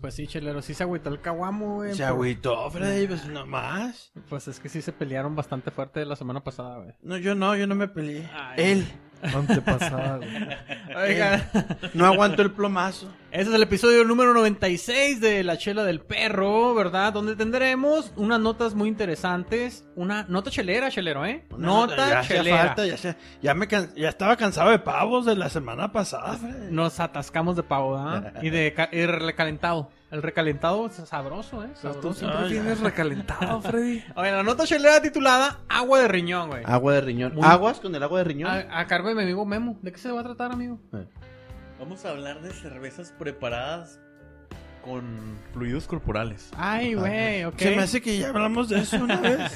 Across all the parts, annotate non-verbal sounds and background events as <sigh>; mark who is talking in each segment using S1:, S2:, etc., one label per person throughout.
S1: Pues sí, chelero, sí se agüitó el caguamo, güey.
S2: Se
S1: por-
S2: agüitó, Freddy, pues nomás.
S1: Pues es que sí se pelearon bastante fuerte la semana pasada, güey.
S2: No, yo no, yo no me peleé.
S1: Ay.
S2: Él.
S3: Antepasada, güey.
S1: Oigan,
S2: No aguantó
S1: <laughs>
S2: el plomazo.
S1: Este Eh, es el episodio número 96 de La Chela del Perro, ¿verdad? Donde tendremos unas notas muy interesantes. Una nota chelera, chelero, ¿eh?
S2: Una
S1: nota
S2: ya hacía
S1: chelera.
S2: falta, ya, hacía- ya me can- ya estaba cansado de pavos de la semana pasada, Freddy.
S1: Nos atascamos de pavo, ¿verdad? Y de ca- y recalentado. El recalentado es sabroso, ¿eh?
S3: Pero tú
S1: Sabroso.
S3: siempre
S2: Ay,
S1: <laughs>
S3: tienes recalentado, Freddy.
S1: Oye, la nota chelera titulada Agua de riñón, güey.
S2: Agua de riñón.
S1: Muy-
S2: Aguas con el agua de riñón.
S1: A, a cargo de mi amigo Memo. ¿De qué se va a tratar, amigo?
S4: Vamos a hablar de cervezas preparadas con fluidos corporales.
S1: Ay, güey, ok.
S2: Se me hace que ya hablamos de eso una
S1: <laughs>
S2: vez.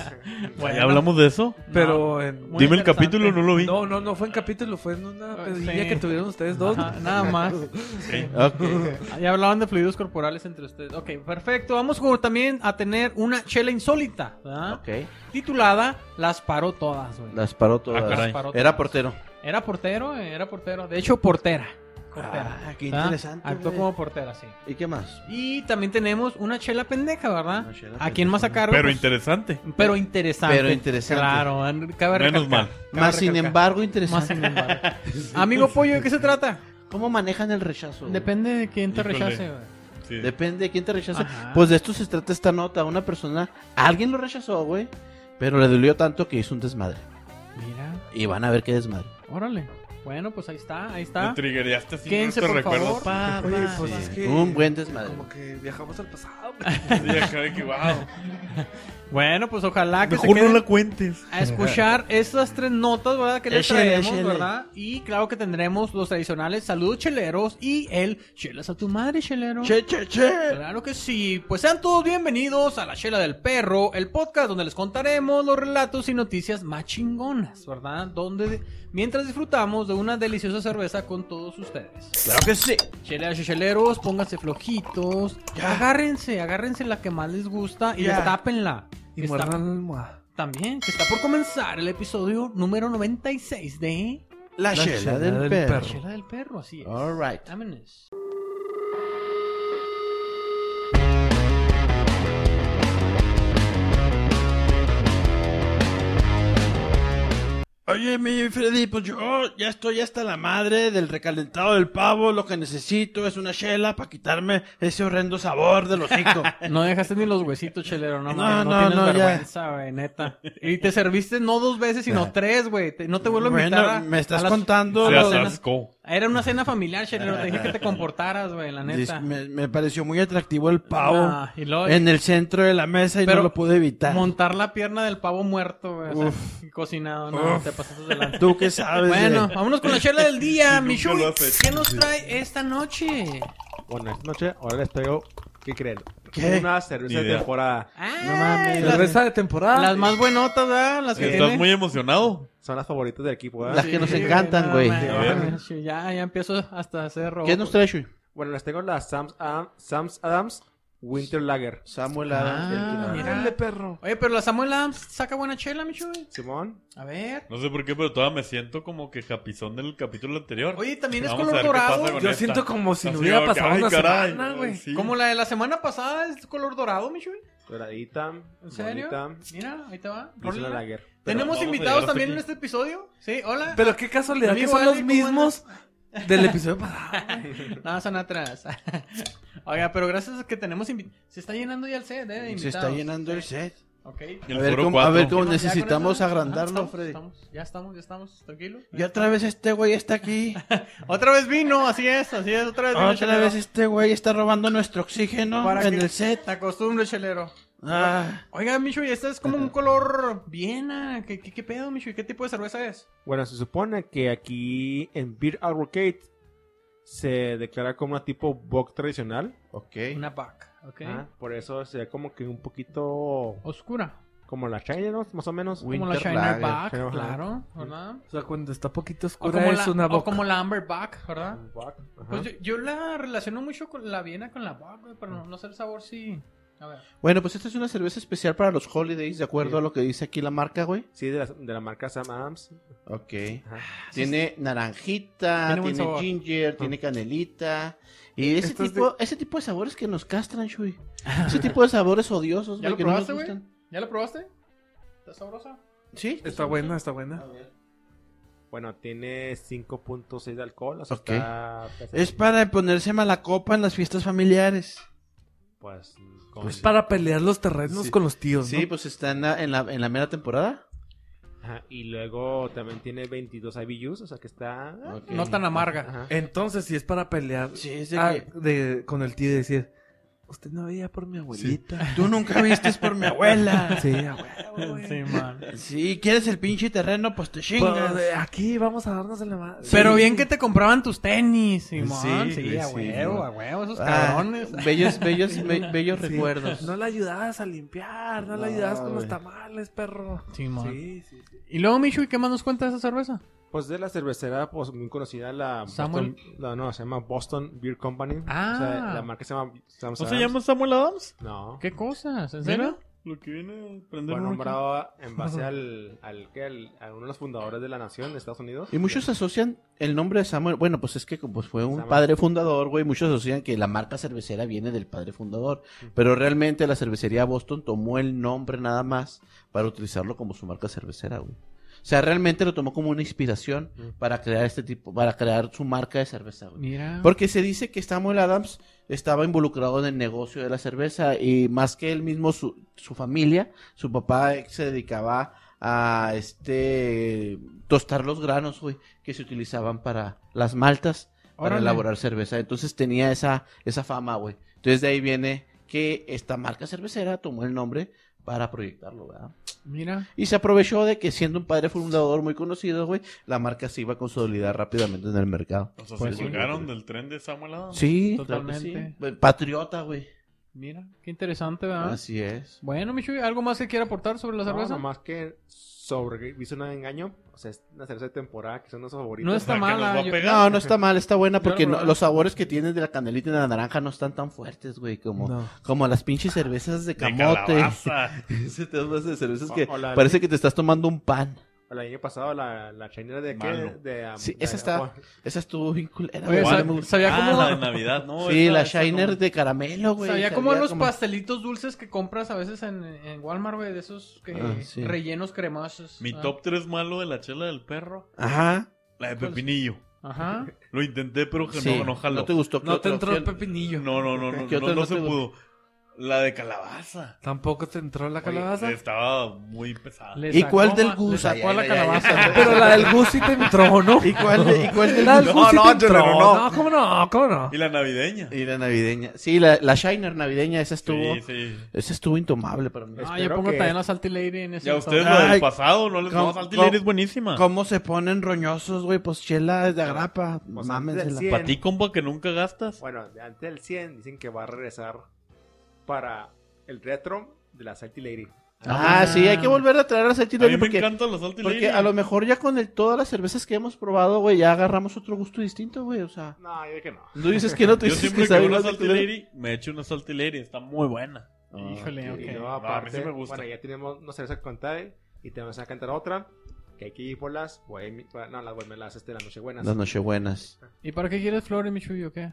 S1: Bueno,
S4: ¿Ya hablamos de eso?
S1: no,
S3: Pero en...
S1: muy
S4: Dime el
S1: interesante.
S4: capítulo, no lo vi.
S3: No, no, no fue en capítulo, fue en una
S1: Ah,
S3: pedilla
S1: sí.
S3: que tuvieron ustedes dos.
S1: Ajá, nada
S2: <laughs>
S1: más. Ah, Ya hablaban de fluidos corporales entre ustedes. Ok, perfecto. Vamos como también a tener una chela insólita, ¿verdad?
S2: ok,
S1: Titulada Las paró todas, güey.
S2: las paró
S4: Ah,
S2: todas.
S4: caray.
S1: Las paró
S2: Era
S1: todas.
S2: portero.
S1: Era portero, eh, era portero. De hecho, portera. Portera.
S2: Ah, qué
S1: ¿verdad?
S2: interesante.
S1: Actuó
S2: güey.
S1: como portera, sí.
S2: ¿Y qué más?
S1: Y también tenemos una chela pendeja, ¿verdad?
S2: Una chela
S1: ¿A quién
S2: pendeja.
S1: más sacaron? Pues,
S4: Pero interesante.
S1: Pero interesante.
S2: Pero interesante.
S1: Claro, an- cabe
S4: Menos
S1: recalcar,
S4: mal.
S1: cabe
S2: Más sin
S1: recalcar.
S2: embargo,
S1: Más
S2: interesante.
S1: sin embargo.
S4: <laughs>
S1: Amigo Pollo, ¿de qué se trata?
S2: ¿Cómo manejan el rechazo? güey?
S1: Depende de quién te
S4: Híjole.
S1: rechace, güey.
S4: Sí.
S2: Depende de quién te rechaza.
S1: Ajá.
S2: Pues de esto se trata esta nota. Una persona, alguien lo rechazó, güey. Pero le dolió tanto que hizo un desmadre.
S1: Mira,
S2: Y van a ver qué desmadre.
S1: órale. Bueno, pues ahí está, ahí
S4: Me
S1: está.
S4: triggereaste así
S1: Quédense,
S4: con
S1: por
S4: estos recuerdos.
S1: favor.
S3: Oye, pues
S2: Sí,
S3: es que...
S2: Un buen desmadre.
S3: Como que viajamos
S1: <laughs>
S3: al pasado.
S4: Sí, acá de que, wow.
S1: Bueno, pues ojalá que
S4: Mejor
S1: se
S4: no
S1: queden
S4: la cuentes.
S1: a escuchar estas tres notas, ¿verdad? Que les
S2: Échale,
S1: traemos,
S2: échale.
S1: ¿verdad? Y claro que tendremos los tradicionales saludos cheleros y el chelas a tu madre, chelero.
S2: Che, che, che.
S1: Claro que sí. Pues sean todos bienvenidos a La Chela del Perro, el podcast donde les contaremos los relatos y noticias más chingonas, ¿verdad? Donde mientras disfrutamos de una deliciosa cerveza con todos ustedes.
S2: Claro que sí.
S1: Cheleros, cheleros, pónganse flojitos. Agárrense, agárrense la que más les gusta y
S2: Ya.
S1: destápenla.
S3: Y
S1: Está-
S3: muerdan la almohada.
S1: También, que está por comenzar el episodio número 96 de
S2: La, chela, del,
S1: La
S2: perro.
S1: Chela del Perro, así es.
S2: All right.
S1: Vámonos.
S2: Oye, mi Freddy, pues yo ya estoy hasta la madre del recalentado del pavo. Lo que necesito es una chela para quitarme ese horrendo sabor del <laughs> hocico.
S1: No dejaste ni los huesitos, chelero, no,
S2: No,
S1: mames, no,
S2: no,
S1: tienes
S2: no, ya.
S1: vergüenza, güey, neta. Y te serviste no dos veces,
S2: <laughs>
S1: sino tres, güey. Te- No te vuelvo a
S2: bueno,
S1: invitar. a-
S2: me estás
S1: a las-
S2: contando.
S1: a
S4: Se
S1: la
S2: lo-
S1: cena.
S4: atascó.
S1: Era una cena familiar, chelero. Te dije
S2: <laughs>
S1: que te comportaras, güey, la neta.
S2: Dis- Me, me pareció muy atractivo el pavo
S1: Ah, y luego-
S2: en el centro de la mesa y
S1: Pero-
S2: no lo pude evitar.
S1: Montar la pierna del pavo muerto, güey. o sea, cocinado, no,
S2: Uf. Pues, eh.
S1: te pasaste de
S2: <laughs>
S1: lanza.
S2: Tú que sabes.
S1: Bueno,
S2: de-
S1: vámonos con la chela del día,
S4: <laughs> Sí,
S1: mi
S4: nunca
S1: Shui.
S4: lo hace.
S1: ¿Qué nos trae esta noche?
S5: Bueno, esta noche, ahora les traigo, ¿qué creen?
S2: ¿Qué?
S5: Una
S4: Ni
S5: cerveza de
S4: idea.
S5: temporada.
S1: Ah,
S2: mames.
S1: las,
S3: Cerveza de temporada.
S1: las más buenotas, ¿verdad? Las que
S4: Estás
S1: tiene-
S4: muy emocionado.
S5: Son las favoritas del equipo, ¿verdad?
S2: Las que nos encantan, güey.
S1: no
S4: A ver.
S1: mames, Ya, ya empiezo hasta a hacer robo.
S2: ¿Qué nos trae, Shui?
S5: Bueno, les tengo la Sam's, Am- Sam's Adams Winter Lager.
S2: Samuel
S1: Ah,
S2: Adams.
S1: mira.
S5: Dale, perro.
S1: Oye, pero la Samuel Adams saca buena chela, mi Shui.
S5: Simón.
S1: A ver.
S4: No sé por qué, pero todavía me siento como que japizón del capítulo anterior.
S1: Oye, también es
S4: Vamos
S1: color
S4: a ver qué
S1: dorado.
S4: pasa con
S5: Yo
S4: esta.
S5: siento como si no
S4: Así,
S5: hubiera
S4: ok,
S5: pasado
S4: ay,
S5: una
S4: caray,
S5: semana, güey.
S4: sí.
S1: Como la de la semana pasada es color dorado, mi Shui.
S5: Doradita.
S1: ¿En serio?
S5: bonita,
S1: Mira, ahí te va.
S5: Es una
S1: Rólela.
S5: lager. Pero-
S1: Tenemos
S4: vamos a
S1: invitados
S4: llegar hasta
S1: también en
S4: aquí.
S1: este episodio. Sí, hola.
S5: Pero qué casualidad que
S1: Amigo
S5: son
S1: Ale,
S5: los
S1: ¿cómo
S5: mismos del episodio pasado.
S1: No, son atrás. <laughs> Oiga, pero gracias a que tenemos invi- Se está llenando ya el set, eh, de invitados.
S2: Se está llenando el set.
S1: Ok.
S4: El
S2: a ver
S4: foro
S2: cómo, a ver
S4: cuatro.
S1: ¿Ya
S2: cómo
S1: con
S2: necesitamos
S1: eso?
S2: agrandarlo,
S1: Ah, estamos,
S2: Freddy.
S1: estamos, ya estamos, ya estamos, tranquilo.
S2: Y otra vez este güey está aquí.
S1: <laughs> Otra vez vino, así es, así es, otra vez vino.
S2: Otra
S1: chelero.
S2: vez este güey está robando nuestro oxígeno
S1: Para
S2: en
S1: que-
S2: el set.
S1: Te acostumbres, chelero.
S2: Ah,
S1: Oiga, Michu, y esta es como un color Viena. ¿Qué, qué, qué pedo, Michu? ¿Y ¿Qué tipo de cerveza es?
S5: Bueno, se supone que aquí en Beer Advocate se declara como una tipo Bock tradicional.
S2: ok.
S1: Una Buck, ok.
S5: Ah, Por eso se ve como que un poquito
S1: Oscura.
S5: como la China, ¿no? Más o menos.
S1: Como la
S2: Winter
S1: Shiner
S2: Lager,
S1: Buck,
S5: creo, ajá.
S1: claro, ¿verdad?
S5: O sea, cuando está poquito
S1: O
S5: oscura
S1: como,
S5: es
S1: la,
S5: una
S1: o
S5: boca.
S1: como la Amber Buck, ¿verdad?
S5: Un Bock, ajá.
S1: Pues yo, yo la relaciono mucho con la Viena con la Buck, güey, pero no, no sé el sabor si... A ver.
S2: Bueno, pues esta es una cerveza especial para los holidays, de acuerdo
S5: Sí.
S2: a lo que dice aquí la marca, güey.
S5: Sí, de la, de la marca Sam Adams.
S2: Ok.
S5: Ajá.
S2: Tiene naranjita,
S1: Ah, Tiene
S2: tiene,
S1: buen sabor.
S2: ginger, tiene canelita. Y ese
S3: Esto es
S2: tipo, ese tipo de sabores que nos castran,
S1: <laughs>
S2: Chuy. Ese tipo de sabores odiosos,
S1: ¿Ya
S2: güey,
S1: lo
S2: que no nos
S1: probaste, güey?
S2: gustan.
S1: ¿Ya la probaste? ¿Está sabrosa?
S2: Sí.
S3: Está buena, está buena.
S5: Bueno, tiene 5.6 de alcohol. O sea,
S2: Ok.
S5: está-
S2: Es para ponerse mala copa en las fiestas familiares.
S5: Pues, con-
S2: Pues
S3: Para pelear los terrenos
S2: Sí.
S3: con los tíos, ¿no?
S2: Sí, pues está en la, en la, en la mera temporada.
S5: Ajá, Y luego también tiene 22 IBUs. O sea, que está.
S2: Ok.
S1: No tan amarga.
S5: Ajá.
S3: Entonces, si es para pelear
S2: Sí, es de
S3: ah,
S2: que-
S3: de- con el tío y decir, usted no veía por
S1: <laughs>
S3: mi abuelita.
S2: Tú nunca vistes por mi abuela.
S3: Sí, a
S1: Oh,
S3: huevo, güey.
S1: Sí, man.
S2: Sí, quieres el pinche terreno, pues te
S3: Pues,
S2: chingas.
S3: eh, aquí vamos a darnos en la madre.
S1: Pero bien que te compraban tus tenis, Simón.
S2: Sí,
S1: Sí,
S2: güey,
S1: a
S2: sí,
S1: huevo,
S2: güey.
S1: a huevo, esos
S2: Ah,
S1: cabrones.
S2: bellos,
S3: <laughs>
S2: bellos, be- bellos
S3: Sí.
S2: recuerdos.
S3: No la ayudabas a limpiar, no, la
S2: No,
S3: ayudabas con
S2: güey.
S3: los tamales, perro.
S1: Simón.
S3: Sí, sí, sí.
S1: Y luego, Michu, ¿y qué más nos cuenta de esa cerveza?
S5: Pues de la cervecera, pues muy conocida, la.
S1: Samuel-
S5: Boston- la- no, se llama Boston Beer Company.
S1: Ah.
S5: O sea, la marca se llama. Sam
S4: ¿No se
S5: Adams.
S4: llama Samuel Adams?
S5: No.
S1: ¿Qué cosas? ¿En
S4: Mira,
S1: serio?
S4: lo que viene a prender
S5: Fue
S4: uno aquí.
S5: nombrado en base al, al, que al- a uno de los fundadores de la nación de Estados Unidos.
S2: Y muchos asocian el nombre de Samuel. Bueno, pues es que pues, fue un
S5: Samuel.
S2: padre fundador, güey. Muchos asocian que la marca cervecera viene del padre fundador. Pero realmente la cervecería Boston tomó el nombre nada más para utilizarlo como su marca cervecera, güey. O sea, realmente lo tomó como una inspiración
S5: Mm.
S2: para crear este tipo, para crear su marca de cerveza, güey.
S1: Mira.
S2: Porque se dice que Samuel Adams estaba involucrado en el negocio de la cerveza y más que él mismo, su, su familia, su papá eh, se dedicaba a este tostar los granos, güey, que se utilizaban para las maltas, para
S1: Órale.
S2: elaborar cerveza. Entonces tenía esa, esa fama, güey. Entonces de ahí viene que esta marca cervecera tomó el nombre para proyectarlo, ¿verdad?
S1: Mira.
S2: Y se aprovechó de que siendo un padre fundador muy conocido, güey, la marca se iba a consolidar rápidamente en el mercado.
S4: O sea,
S1: Pues
S4: se
S1: sí.
S4: colgaron del tren de Samuel Adams.
S2: Sí,
S1: Totalmente.
S2: claro que sí. Güey, Patriota, güey.
S1: Mira, qué interesante, ¿verdad?
S2: Así es.
S1: Bueno, Michu, ¿algo más que quiera aportar sobre la cerveza?
S5: No, más que sobre Viste un engaño. O sea, es una cerveza de temporada que son los favoritos.
S1: No
S4: O
S1: está
S4: sea, que nos va
S1: mala.
S4: a
S1: yo-
S4: pegar.
S2: No, no está mal, está buena porque
S1: Claro,
S2: no-
S1: ¿verdad?
S2: los sabores que tienen de la canelita y de la naranja no están tan fuertes, güey, como,
S3: No.
S2: como las pinches cervezas de Oh,
S4: De
S2: camote.
S4: calabaza.
S2: <laughs> Ese te das de cervezas que
S5: O- o la-
S2: parece que te estás tomando un pan.
S5: El año pasado la, la chainera de qué?
S4: Malo.
S5: De, um,
S2: Sí,
S5: de
S2: esa está-
S5: agua.
S2: Esa estuvo bien culera,
S1: Oye,
S2: güey,
S1: sa-
S2: no me gustó.
S1: sabía
S4: Ah,
S1: cómo,
S4: la de Navidad, ¿no?
S2: Sí,
S4: esa-
S2: la
S4: esa
S2: Shiner
S4: no.
S2: de caramelo, güey.
S1: sabía como los
S2: como-
S1: pastelitos dulces que compras a veces en, en Walmart, güey, de esos que-
S2: Ah, sí.
S1: rellenos cremosos.
S4: Mi
S1: Ah,
S4: top 3 malo de la chela del perro.
S2: Ajá.
S4: La de Pepinillo. <laughs>
S1: Ajá.
S4: Lo intenté, pero que
S2: Pues, Sí.
S4: no, no jaló.
S2: te gustó. ¿Qué
S3: No te
S2: otra
S3: entró el
S2: opción?
S3: pepinillo.
S4: No, no, no, no,
S2: ¿Qué
S4: no,
S2: otra
S4: no
S2: no
S4: se
S2: te
S4: pudo. La de calabaza.
S3: Tampoco te entró la calabaza.
S4: Oye, eh, estaba muy pesada.
S1: Le
S2: ¿Y cuál
S1: sacó-
S2: del
S1: le
S2: gusto?
S1: sacó a
S2: Ay,
S1: la
S2: ay, ay,
S1: calabaza.
S2: <laughs>
S1: Ah,
S2: ay, ay.
S3: Pero la del Gus sí te entró,
S2: <laughs>
S3: ¿no?
S2: ¿Y cuál, de- y cuál del
S3: La del
S2: gusto?
S3: Gus sí te entró.
S2: Jerry,
S3: No, cómo no, cómo no.
S4: Y la navideña.
S2: <laughs> Y la navideña. Sí, la, la Shiner navideña, esa estuvo.
S4: Sí, sí.
S2: Esa estuvo intomable para mí.
S1: Ah, yo
S5: Espero
S1: pongo
S5: que-
S1: también la Salty Lady en ese. Ah,
S4: Y a ustedes
S2: Ay,
S4: lo del pasado, no les
S2: ¿cómo-
S4: no, Salty Lady
S2: cómo-
S4: es buenísima.
S2: ¿Cómo se ponen roñosos, güey? Pues chela de agrapa.
S5: O sea, del
S2: Mámensela.
S5: 100.
S4: Para ti, compa, que nunca gastas.
S5: Bueno, de antes del 100 dicen que va a regresar para el retro de la Salty Lady.
S2: Ah,
S1: Ah.
S2: sí, hay que volver a traer a Salty
S4: A mí
S2: Lady
S4: me
S2: porque,
S4: encantan los Salty Lady.
S2: porque a lo mejor ya con el, todas las cervezas que hemos probado, güey, ya agarramos otro gusto distinto, güey. O sea,
S5: No, yo creo que no.
S2: tú dices que no, tú
S4: Yo
S2: dices
S4: siempre
S2: que
S4: que veo
S2: sabe
S4: una
S2: más
S4: Salty
S2: de Lady.
S4: Lady, me echo una Salty Lady. Está muy buena.
S2: Ah,
S1: Híjole,
S5: Y
S1: ok.
S5: luego,
S4: No, a mí
S5: aparte,
S4: sí me gusta.
S5: bueno, ya tenemos una cerveza que contar y tenemos a cantar otra. Que hay que ir por las bohemi- no, las bohemelas este, las nochebuenas.
S2: Las nochebuenas.
S1: ¿Y para qué quieres flores, Michuy, o qué?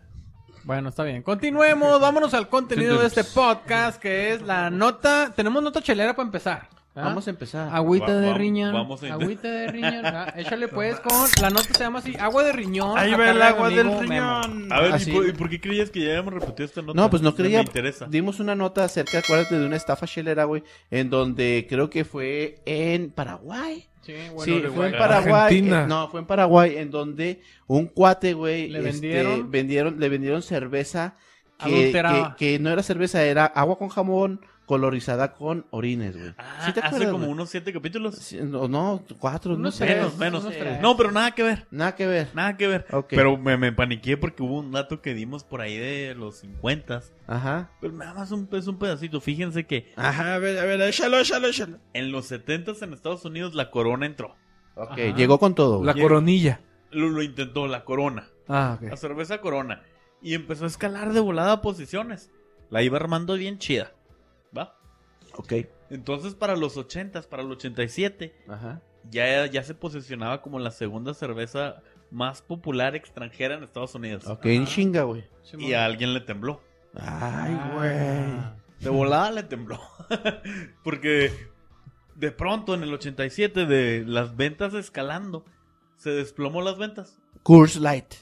S1: Bueno, está bien. Continuemos, vámonos al contenido de este podcast, que es la nota. Tenemos nota chelera para empezar. ¿ah?
S2: Vamos a empezar.
S1: Agüita
S4: Va-
S1: de
S4: va-
S1: riñón.
S4: vamos a intent-
S1: Agüita de
S4: <laughs>
S1: riñón. ah, Échale pues con. La nota se llama así: agua de riñón.
S2: Ahí
S1: Acá
S2: va el
S1: trae
S2: agua
S1: mi
S2: del
S1: amigo Memo.
S2: riñón.
S4: A ver,
S2: Así.
S4: ¿y por, y por qué creías que ya habíamos repetido esta nota?
S2: No, pues no creía.
S4: Me interesa.
S2: Dimos una nota acerca, acuérdate, de una estafa chelera, güey, en donde creo que fue en Paraguay.
S1: Sí, bueno,
S2: sí,
S1: le-
S2: fue en
S4: Uruguay.
S2: Paraguay.
S3: Argentina.
S2: eh, no, fue en Paraguay, en donde un cuate, güey,
S1: Le
S2: este,
S1: vendieron-
S2: vendieron- le vendieron cerveza que,
S1: Adulterada.
S2: que- que no era cerveza, era agua con jamón colorizada con orines, güey.
S4: Ah,
S2: ¿Sí te
S4: hace
S2: acuerdas,
S4: como
S2: güey?
S4: unos siete capítulos.
S2: Sí, no, no, cuatro, no
S1: Unos
S2: sé.
S1: tres.
S4: menos, menos.
S1: unos tres.
S4: No, pero nada que ver.
S2: Nada que ver.
S4: Nada que ver.
S2: Ok.
S4: Pero me, me paniqué porque hubo un dato que dimos por ahí de los 50.
S2: Ajá.
S4: Pero nada más un, es un pedacito. Fíjense que
S2: Ajá, a ver, a ver, échalo, échalo, échalo.
S4: en los 70 en Estados Unidos la corona entró.
S2: Ok,
S1: Ajá.
S2: llegó con todo.
S3: La
S2: güey.
S4: Llega-
S3: coronilla.
S4: Lo, lo intentó, la corona.
S3: Ah, ok.
S4: La cerveza corona. Y empezó a escalar de volada a posiciones. La iba armando bien chida. ¿Va?
S2: Ok.
S4: Entonces, para los 80s, para el 87,
S2: Ajá.
S4: ya, ya se posicionaba como la segunda cerveza más popular extranjera en Estados Unidos.
S2: Ok,
S1: Ajá.
S2: en
S1: Ah.
S2: chinga, güey.
S4: Y a alguien le tembló.
S2: Ay, güey. <laughs>
S4: De volada le tembló. <laughs> Porque de pronto en el 87 de las ventas escalando, se desplomó las ventas.
S2: Curse Light.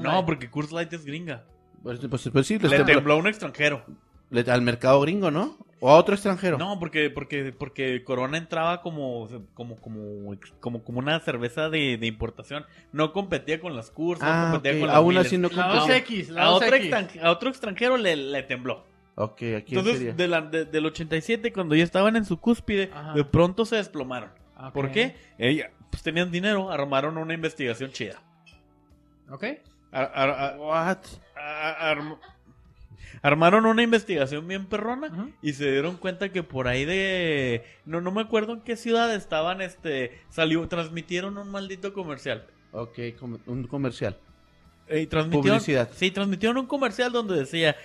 S4: No, porque Curse Light es gringa.
S2: Pues, pues, pues sí, les
S4: Le
S2: tembló-
S4: tembló a un extranjero.
S2: le- al mercado gringo, ¿no? O a otro extranjero.
S4: No, porque, porque, porque Corona entraba como, como, como, como, como una cerveza de, de importación. No competía con las Curse,
S2: Ah,
S4: no competía
S2: ok,
S4: con las
S2: aún
S4: Miller.
S2: así no
S1: La
S2: competía.
S1: 2X, la
S4: a, otro
S1: 2X.
S4: extran- a otro extranjero le, le tembló.
S2: Ok, aquí sería.
S4: Entonces, de la- de- del 87, cuando ya estaban en su cúspide,
S1: Ajá.
S4: de pronto se desplomaron.
S1: Ah, ok.
S4: ¿Por qué? Ella, pues tenían dinero, armaron una investigación chida.
S1: Ok.
S4: Ar- ar- ar-
S2: What?
S4: a- arm- armaron una investigación bien perrona
S1: Ujú.
S4: y se dieron cuenta que por ahí de no no me acuerdo en qué ciudad estaban este salió transmitieron un maldito comercial
S2: Ok, com- un comercial.
S4: Eh, transmitieron-
S2: Publicidad.
S4: sí transmitieron un comercial donde decía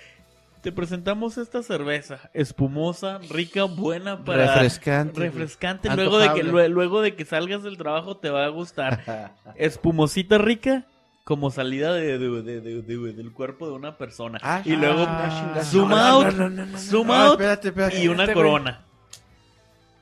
S4: te presentamos esta cerveza espumosa rica buena para
S2: Refrescante.
S4: refrescante
S2: güey.
S4: luego de que
S2: Antojable.
S4: lue- luego de que salgas del trabajo te va a gustar
S2: <laughs>
S4: espumosita rica como salida de, de- de- de- de- del cuerpo de una persona.
S2: Ah,
S4: y luego
S2: ah, chinga.
S4: zoom
S2: No, no,
S4: out,
S2: no, no, no, no.
S4: zoom
S2: Ah,
S4: out
S2: espérate, espérate.
S4: y una
S1: este, güey.
S4: corona.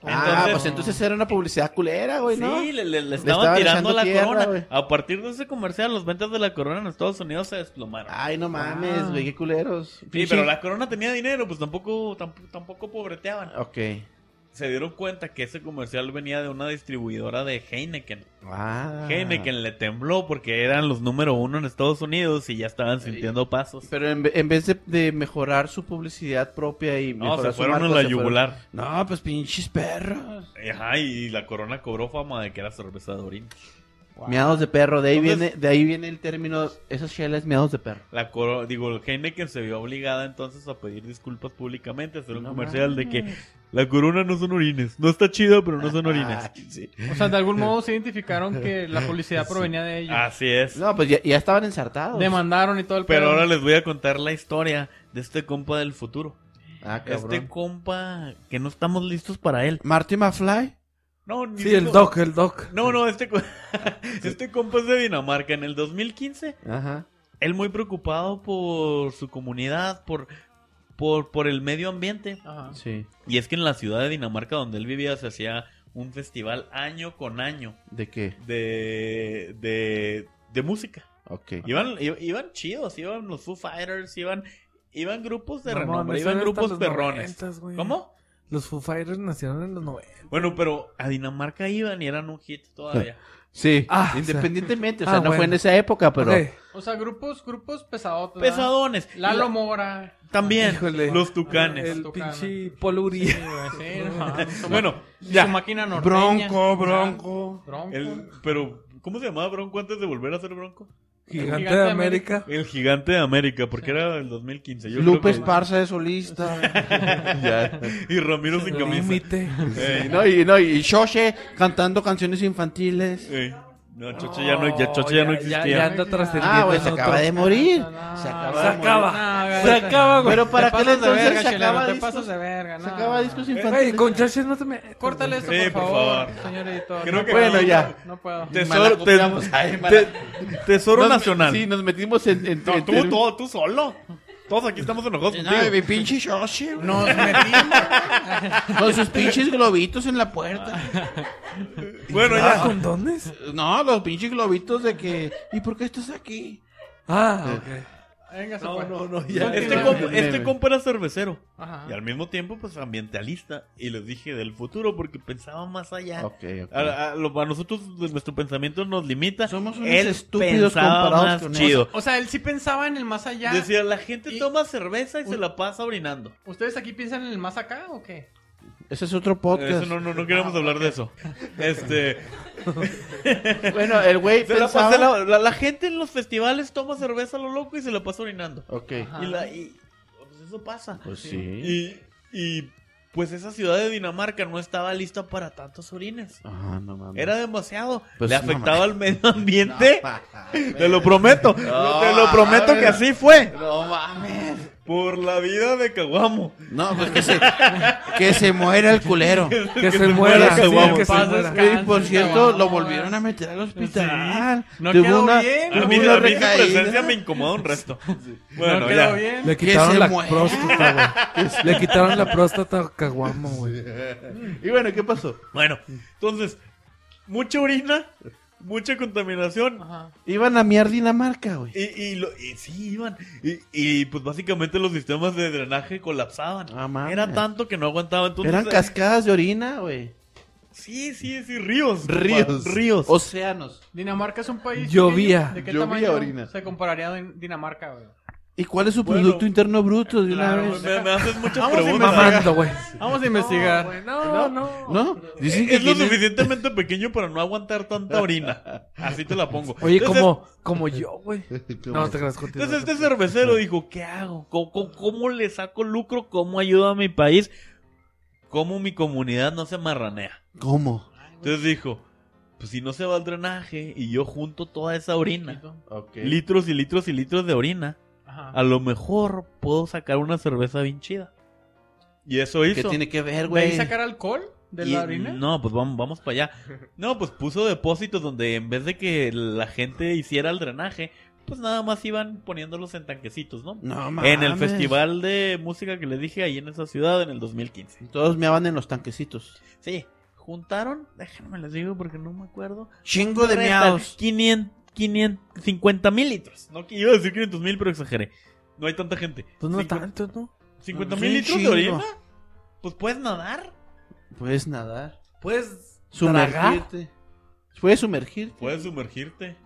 S2: Ah, pues entonces era una publicidad culera, güey, ¿no?
S4: Sí, le, le- le estaban
S2: estaban
S4: tirando
S2: echando
S4: la
S2: tierra,
S4: corona.
S2: güey.
S4: A partir de ese comercial, las ventas de la corona en Estados Unidos se desplomaron.
S2: Ay, no mames, güey, qué culeros.
S4: sí, pero la corona tenía dinero, pues tampoco, tampoco, tampoco pobreteaban.
S2: Ok.
S4: Se dieron cuenta que ese comercial venía de una distribuidora de Heineken.
S2: Ah.
S4: Heineken le tembló porque eran los número uno en Estados Unidos y ya estaban sintiendo pasos.
S2: Pero en, ve- en vez de, de mejorar su publicidad propia y
S4: No,
S2: mejorar
S4: se
S2: su
S4: fueron
S2: marca,
S4: a la
S2: se fueron-
S4: yugular.
S2: No, pues pinches perros.
S4: Ajá, y la corona cobró fama de que era cerveza de orina.
S2: Miados de perro, de ahí
S4: Entonces-
S2: viene de ahí viene el término esas chelas miados de perro.
S4: La coro digo, el Heineken se vio obligada entonces a pedir disculpas públicamente, a hacer un
S2: No
S4: comercial de que la corona no son orines. No está chido, pero no son orines.
S2: Ay, sí.
S1: O sea, de algún modo se identificaron que
S2: <laughs>
S1: la publicidad provenía de ellos.
S4: Así es.
S2: No, pues ya, ya estaban ensartados.
S1: Demandaron y todo el
S4: Pero
S1: pedo.
S4: ahora les voy a contar la historia de este compa del futuro.
S2: Ah, cabrón.
S4: Este compa que no estamos listos para él.
S2: Marty McFly.
S4: No, ni
S3: Sí, el
S4: siquiera-
S3: doc, el doc.
S4: No, no, este, co- <laughs> este compa es de Dinamarca. En el 2015
S2: Ajá.
S4: él muy preocupado por su comunidad, por, por, por el medio ambiente.
S1: Ajá.
S2: Sí.
S4: Y es que en la ciudad de Dinamarca donde él vivía se hacía un festival año con año
S2: ¿De qué?
S4: de, de, de música.
S2: Ok.
S4: Iban, i- iban chidos, iban los Foo Fighters, iban, iban grupos de
S3: Mamón,
S4: renombre,
S3: eso
S4: iban
S3: era hasta
S4: grupos
S3: los
S4: perrones.
S3: 90s, güey.
S4: ¿Cómo?
S3: Los Foo Fighters nacieron en los 90.
S4: Bueno, pero a Dinamarca iban y eran un hit
S3: <laughs>
S4: todavía.
S2: Sí.
S3: Ah,
S2: Independientemente, o
S3: ah,
S2: sea, no
S3: bueno.
S2: fue en esa época, pero
S3: Ok.
S1: O sea, grupos, grupos pesadotes. ¿verdad?
S4: Pesadones.
S1: Lalo
S4: Y
S1: Mora.
S4: la- También,
S3: Híjole.
S4: los tucanes.
S3: El
S1: Tocaban.
S3: pinche Paul
S1: Sí,
S3: Uribe. <laughs>
S1: güey,
S4: <laughs>
S1: sí, no mames. Su ma-
S4: Bueno,
S1: Su
S4: ya.
S1: máquina norteña.
S2: Bronco, bronco.
S1: Bronco.
S4: El- pero, ¿cómo se llamaba Bronco antes de volver a ser Bronco?
S3: Gigante,
S1: Gigante de
S3: de América.
S4: El gigante de América, porque era el 2015. Yo
S2: Lupe
S4: creo
S2: Esparza de solista. ya.
S4: que- <laughs> Y Ramiro sin camisa.
S3: Límite.
S4: Eh,
S2: Y no, y no, y Shoshe cantando canciones infantiles.
S4: eh. No, Chocho ya no, ya, Chocho ya no existía.
S3: Ya, anda trascendiendo.
S2: Ah, güey,
S3: en
S2: se
S3: otro-
S2: acaba de morir.
S1: No,
S2: Se
S1: no,
S2: acaba.
S3: Se
S2: de morir.
S3: acaba.
S1: No,
S3: se
S1: güey, te-
S3: acaba, güey.
S2: Pero
S1: te
S2: para qué
S1: pasas de
S2: entonces se
S1: verga, Chelero,
S2: acaba
S1: te
S2: discos,
S1: pasas de verga,
S2: se
S1: no,
S2: acaba
S1: no.
S2: discos
S3: Güey,
S2: infantiles.
S3: con chaches no te me.
S1: Córtale esto,
S4: Sí,
S1: por,
S4: por
S1: favor,
S4: favor.
S1: señor editor.
S4: Creo que-
S2: Bueno, ya.
S1: No puedo.
S4: Tesoro, te-
S2: Mala- Ay, mala-
S4: te- tesoro
S2: Nos me-
S4: Nacional.
S2: Sí, nos metimos en. en-
S4: No,
S2: en-
S4: tú, tú, tú solo. Todos aquí estamos enojados
S2: No,
S4: contigo.
S2: mi pinche Shoshe, güey.
S1: Nos metimos.
S2: Con sus pinches globitos en la puerta.
S4: Bueno,
S3: Ah,
S4: ya.
S3: ¿condones?
S2: No, los pinches globitos de que. ¿Y por qué estás aquí?
S3: Ah, ok.
S1: Venga, se fue.
S2: no,
S4: Este,
S1: comp-
S4: compa, este compa era cervecero.
S1: Ajá.
S4: Y al mismo tiempo, pues ambientalista. Y les dije del futuro, porque pensaba más allá.
S2: Ok, ok.
S4: A, a- lo- a nosotros nuestro pensamiento nos limita.
S2: Somos unos
S4: Él
S2: estúpidos
S4: pensaba
S2: comparados
S4: más
S2: con
S4: chido.
S1: O sea, él sí pensaba en el más allá.
S4: Decía, la gente
S1: Y-
S4: toma cerveza y se
S1: Un-
S4: la pasa orinando.
S1: ¿Ustedes aquí piensan en el más acá o qué?
S2: Ese es otro podcast. Ah,
S4: Eso no, no, no queremos hablar de eso. Este,
S2: <laughs> Bueno, el güey
S4: se la,
S2: pensaba...
S4: pasa- la, la- la gente en los festivales toma cerveza a lo loco y se la pasa orinando.
S2: Ok.
S1: Ajá.
S4: Y, la, y- pues eso pasa.
S2: Pues sí.
S4: Y, y, pues esa ciudad de Dinamarca no estaba lista para tantos orines.
S2: Ah, no mames.
S4: Era demasiado.
S2: Pues
S4: Le
S2: no
S4: afectaba al medio
S2: <laughs> No,
S4: ambiente.
S2: pa-
S4: Te lo prometo.
S2: No,
S4: te lo prometo que
S2: mames.
S4: así fue.
S2: No mames.
S4: Por la vida de Caguamo.
S2: No, pues que se, que se muera el
S4: <laughs>
S2: culero.
S3: Que se muera,
S4: que se
S3: sí,
S4: muera.
S3: que se
S1: Paz,
S3: muera.
S1: descanse.
S2: Y por cierto,
S1: Caguama.
S2: lo volvieron a meter al hospital.
S1: Sí. No quedó bien.
S4: A
S2: tuvo
S4: mí,
S2: una
S4: a mí su
S2: recaída.
S4: presencia me incomoda
S2: <laughs>
S4: un resto. Bueno,
S1: no
S4: ya.
S1: quedó bien.
S3: Le
S2: Que
S3: quitaron
S2: se
S3: la
S2: muera.
S3: próstata, güey. Le quitaron la próstata a Caguamo, güey.
S2: Y bueno, ¿qué pasó?
S4: Bueno, entonces, mucha orina, mucha contaminación.
S1: Ajá.
S2: Iban a miar Dinamarca, güey.
S4: Y, y, lo- y sí, iban. Y, y, pues básicamente los sistemas de drenaje colapsaban.
S2: Ah, mames.
S4: Era tanto que no aguantaba. Entonces,
S2: Eran
S4: eh,
S2: cascadas de orina, güey.
S4: Sí, sí, sí, ríos.
S2: Ríos.
S4: Ríos.
S2: Océanos.
S1: Dinamarca es un país.
S3: Llovía.
S1: pequeño. ¿De qué
S2: Llovía
S1: tamaño
S2: orina.
S1: se compararía en Dinamarca, güey?
S2: ¿Y cuál es su
S4: Bueno.
S2: Producto Interno Bruto de una
S4: Claro,
S2: vez?
S4: me, me haces muchas
S1: Vamos a
S4: preguntas. <laughs>
S3: Mamando, güey.
S1: Vamos a investigar.
S3: No, no.
S2: ¿No? Dicen que
S4: Es lo
S2: tiene-
S4: suficientemente pequeño para no aguantar tanta orina. Así te la pongo.
S3: Oye,
S4: Entonces,
S3: como, como yo, güey.
S2: <laughs>
S3: No, te creas contigo.
S4: Entonces este cervecero dijo, ¿qué hago? ¿Cómo, cómo, cómo le saco lucro? ¿Cómo ayudo a mi país? ¿Cómo mi comunidad no se marranea?
S2: ¿Cómo?
S4: Entonces dijo, pues si no se va el drenaje y yo junto toda esa orina,
S2: Okay.
S4: litros y litros y litros de orina,
S1: Ajá.
S4: a lo mejor puedo sacar una cerveza bien chida. Y eso
S2: ¿Qué
S4: hizo.
S2: tiene que ver,
S1: ¿De ahí
S2: güey?
S1: sacar alcohol? ¿De
S4: Y-
S1: la orina?
S4: No, pues vamos, vamos para
S1: <laughs>
S4: allá. No, pues puso depósitos donde en vez de que la gente hiciera el drenaje, pues nada más iban poniéndolos en tanquecitos, ¿no?
S2: No,
S4: En el
S2: mames.
S4: festival de música que les dije ahí en esa ciudad en el 2015.
S2: Todos meaban en los tanquecitos.
S4: Sí, juntaron, déjenme les digo porque no me acuerdo.
S2: Chingo de
S4: Restan
S2: meados.
S4: 500, 500, 50 mil litros. No que- iba a decir 500 mil, pero exageré. No hay tanta gente.
S3: Pues no
S4: Cincu-
S3: tanto, ¿no?
S4: 50
S2: Sí,
S4: mil litros de
S2: chingo.
S4: orina. Pues puedes nadar.
S2: Puedes nadar.
S1: Puedes. ¿Tragar?
S2: Sumergirte. Puedes sumergir.
S4: Puedes sumergirte.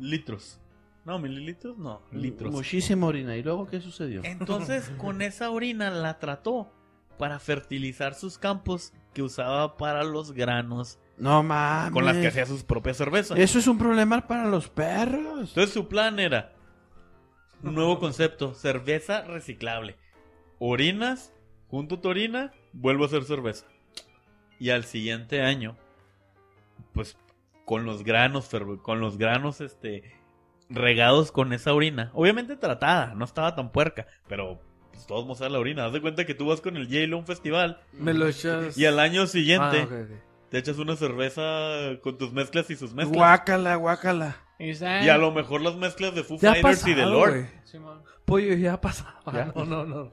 S4: Litros. No, mililitros, no, litros.
S2: Muchísima orina. ¿Y luego qué sucedió?
S1: Eh.
S3: <laughs>
S4: Entonces, con esa orina la trató para fertilizar sus campos que usaba para los granos
S2: No mames.
S4: con las que hacía sus propias cervezas.
S2: Eso es un problema para los perros.
S4: Entonces, su plan era un nuevo concepto, cerveza reciclable. Orinas, junto tu orina, vuelvo a hacer cerveza. Y al siguiente año, pues con los granos, fer- con los granos este regados con esa orina. Obviamente tratada, no estaba tan puerca, pero pues, todos mostrar la orina. Haz de cuenta que tú vas con el J-Lo a un festival
S3: Me lo echas.
S4: este y al año
S3: Ah,
S4: siguiente
S3: ok, ok.
S4: te echas una cerveza con tus mezclas y sus mezclas.
S2: Guácala, guácala.
S1: Exacto.
S4: Y a lo mejor las mezclas de Foo
S3: Ya ha
S4: Fighters
S3: pasado,
S4: y de Lord.
S3: güey.
S1: Simón.
S3: Pollo, ya pasaba.
S2: ¿Ya?
S3: No, no, no.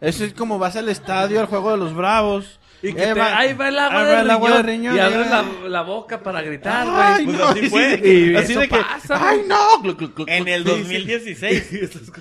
S2: Eso es como vas al estadio al juego de los bravos.
S3: Y que
S2: Eh,
S3: te-
S2: va-
S3: ahí va el
S2: ahí
S4: Ah.
S3: agua,
S2: va
S3: del,
S2: el agua
S3: riñón,
S2: del riñón,
S3: Y abres
S2: ya.
S3: la, la boca para gritar,
S2: Ay,
S3: güey.
S4: Pues
S2: no,
S4: así
S2: así
S4: fue.
S2: de
S3: Y
S2: así
S3: eso
S2: de que,
S3: pasa,
S2: ay
S3: güey.
S2: no, Glu, glu, glu,
S4: En
S2: glu.
S4: el
S2: <laughs> Sí, sí. <laughs>
S4: 2016.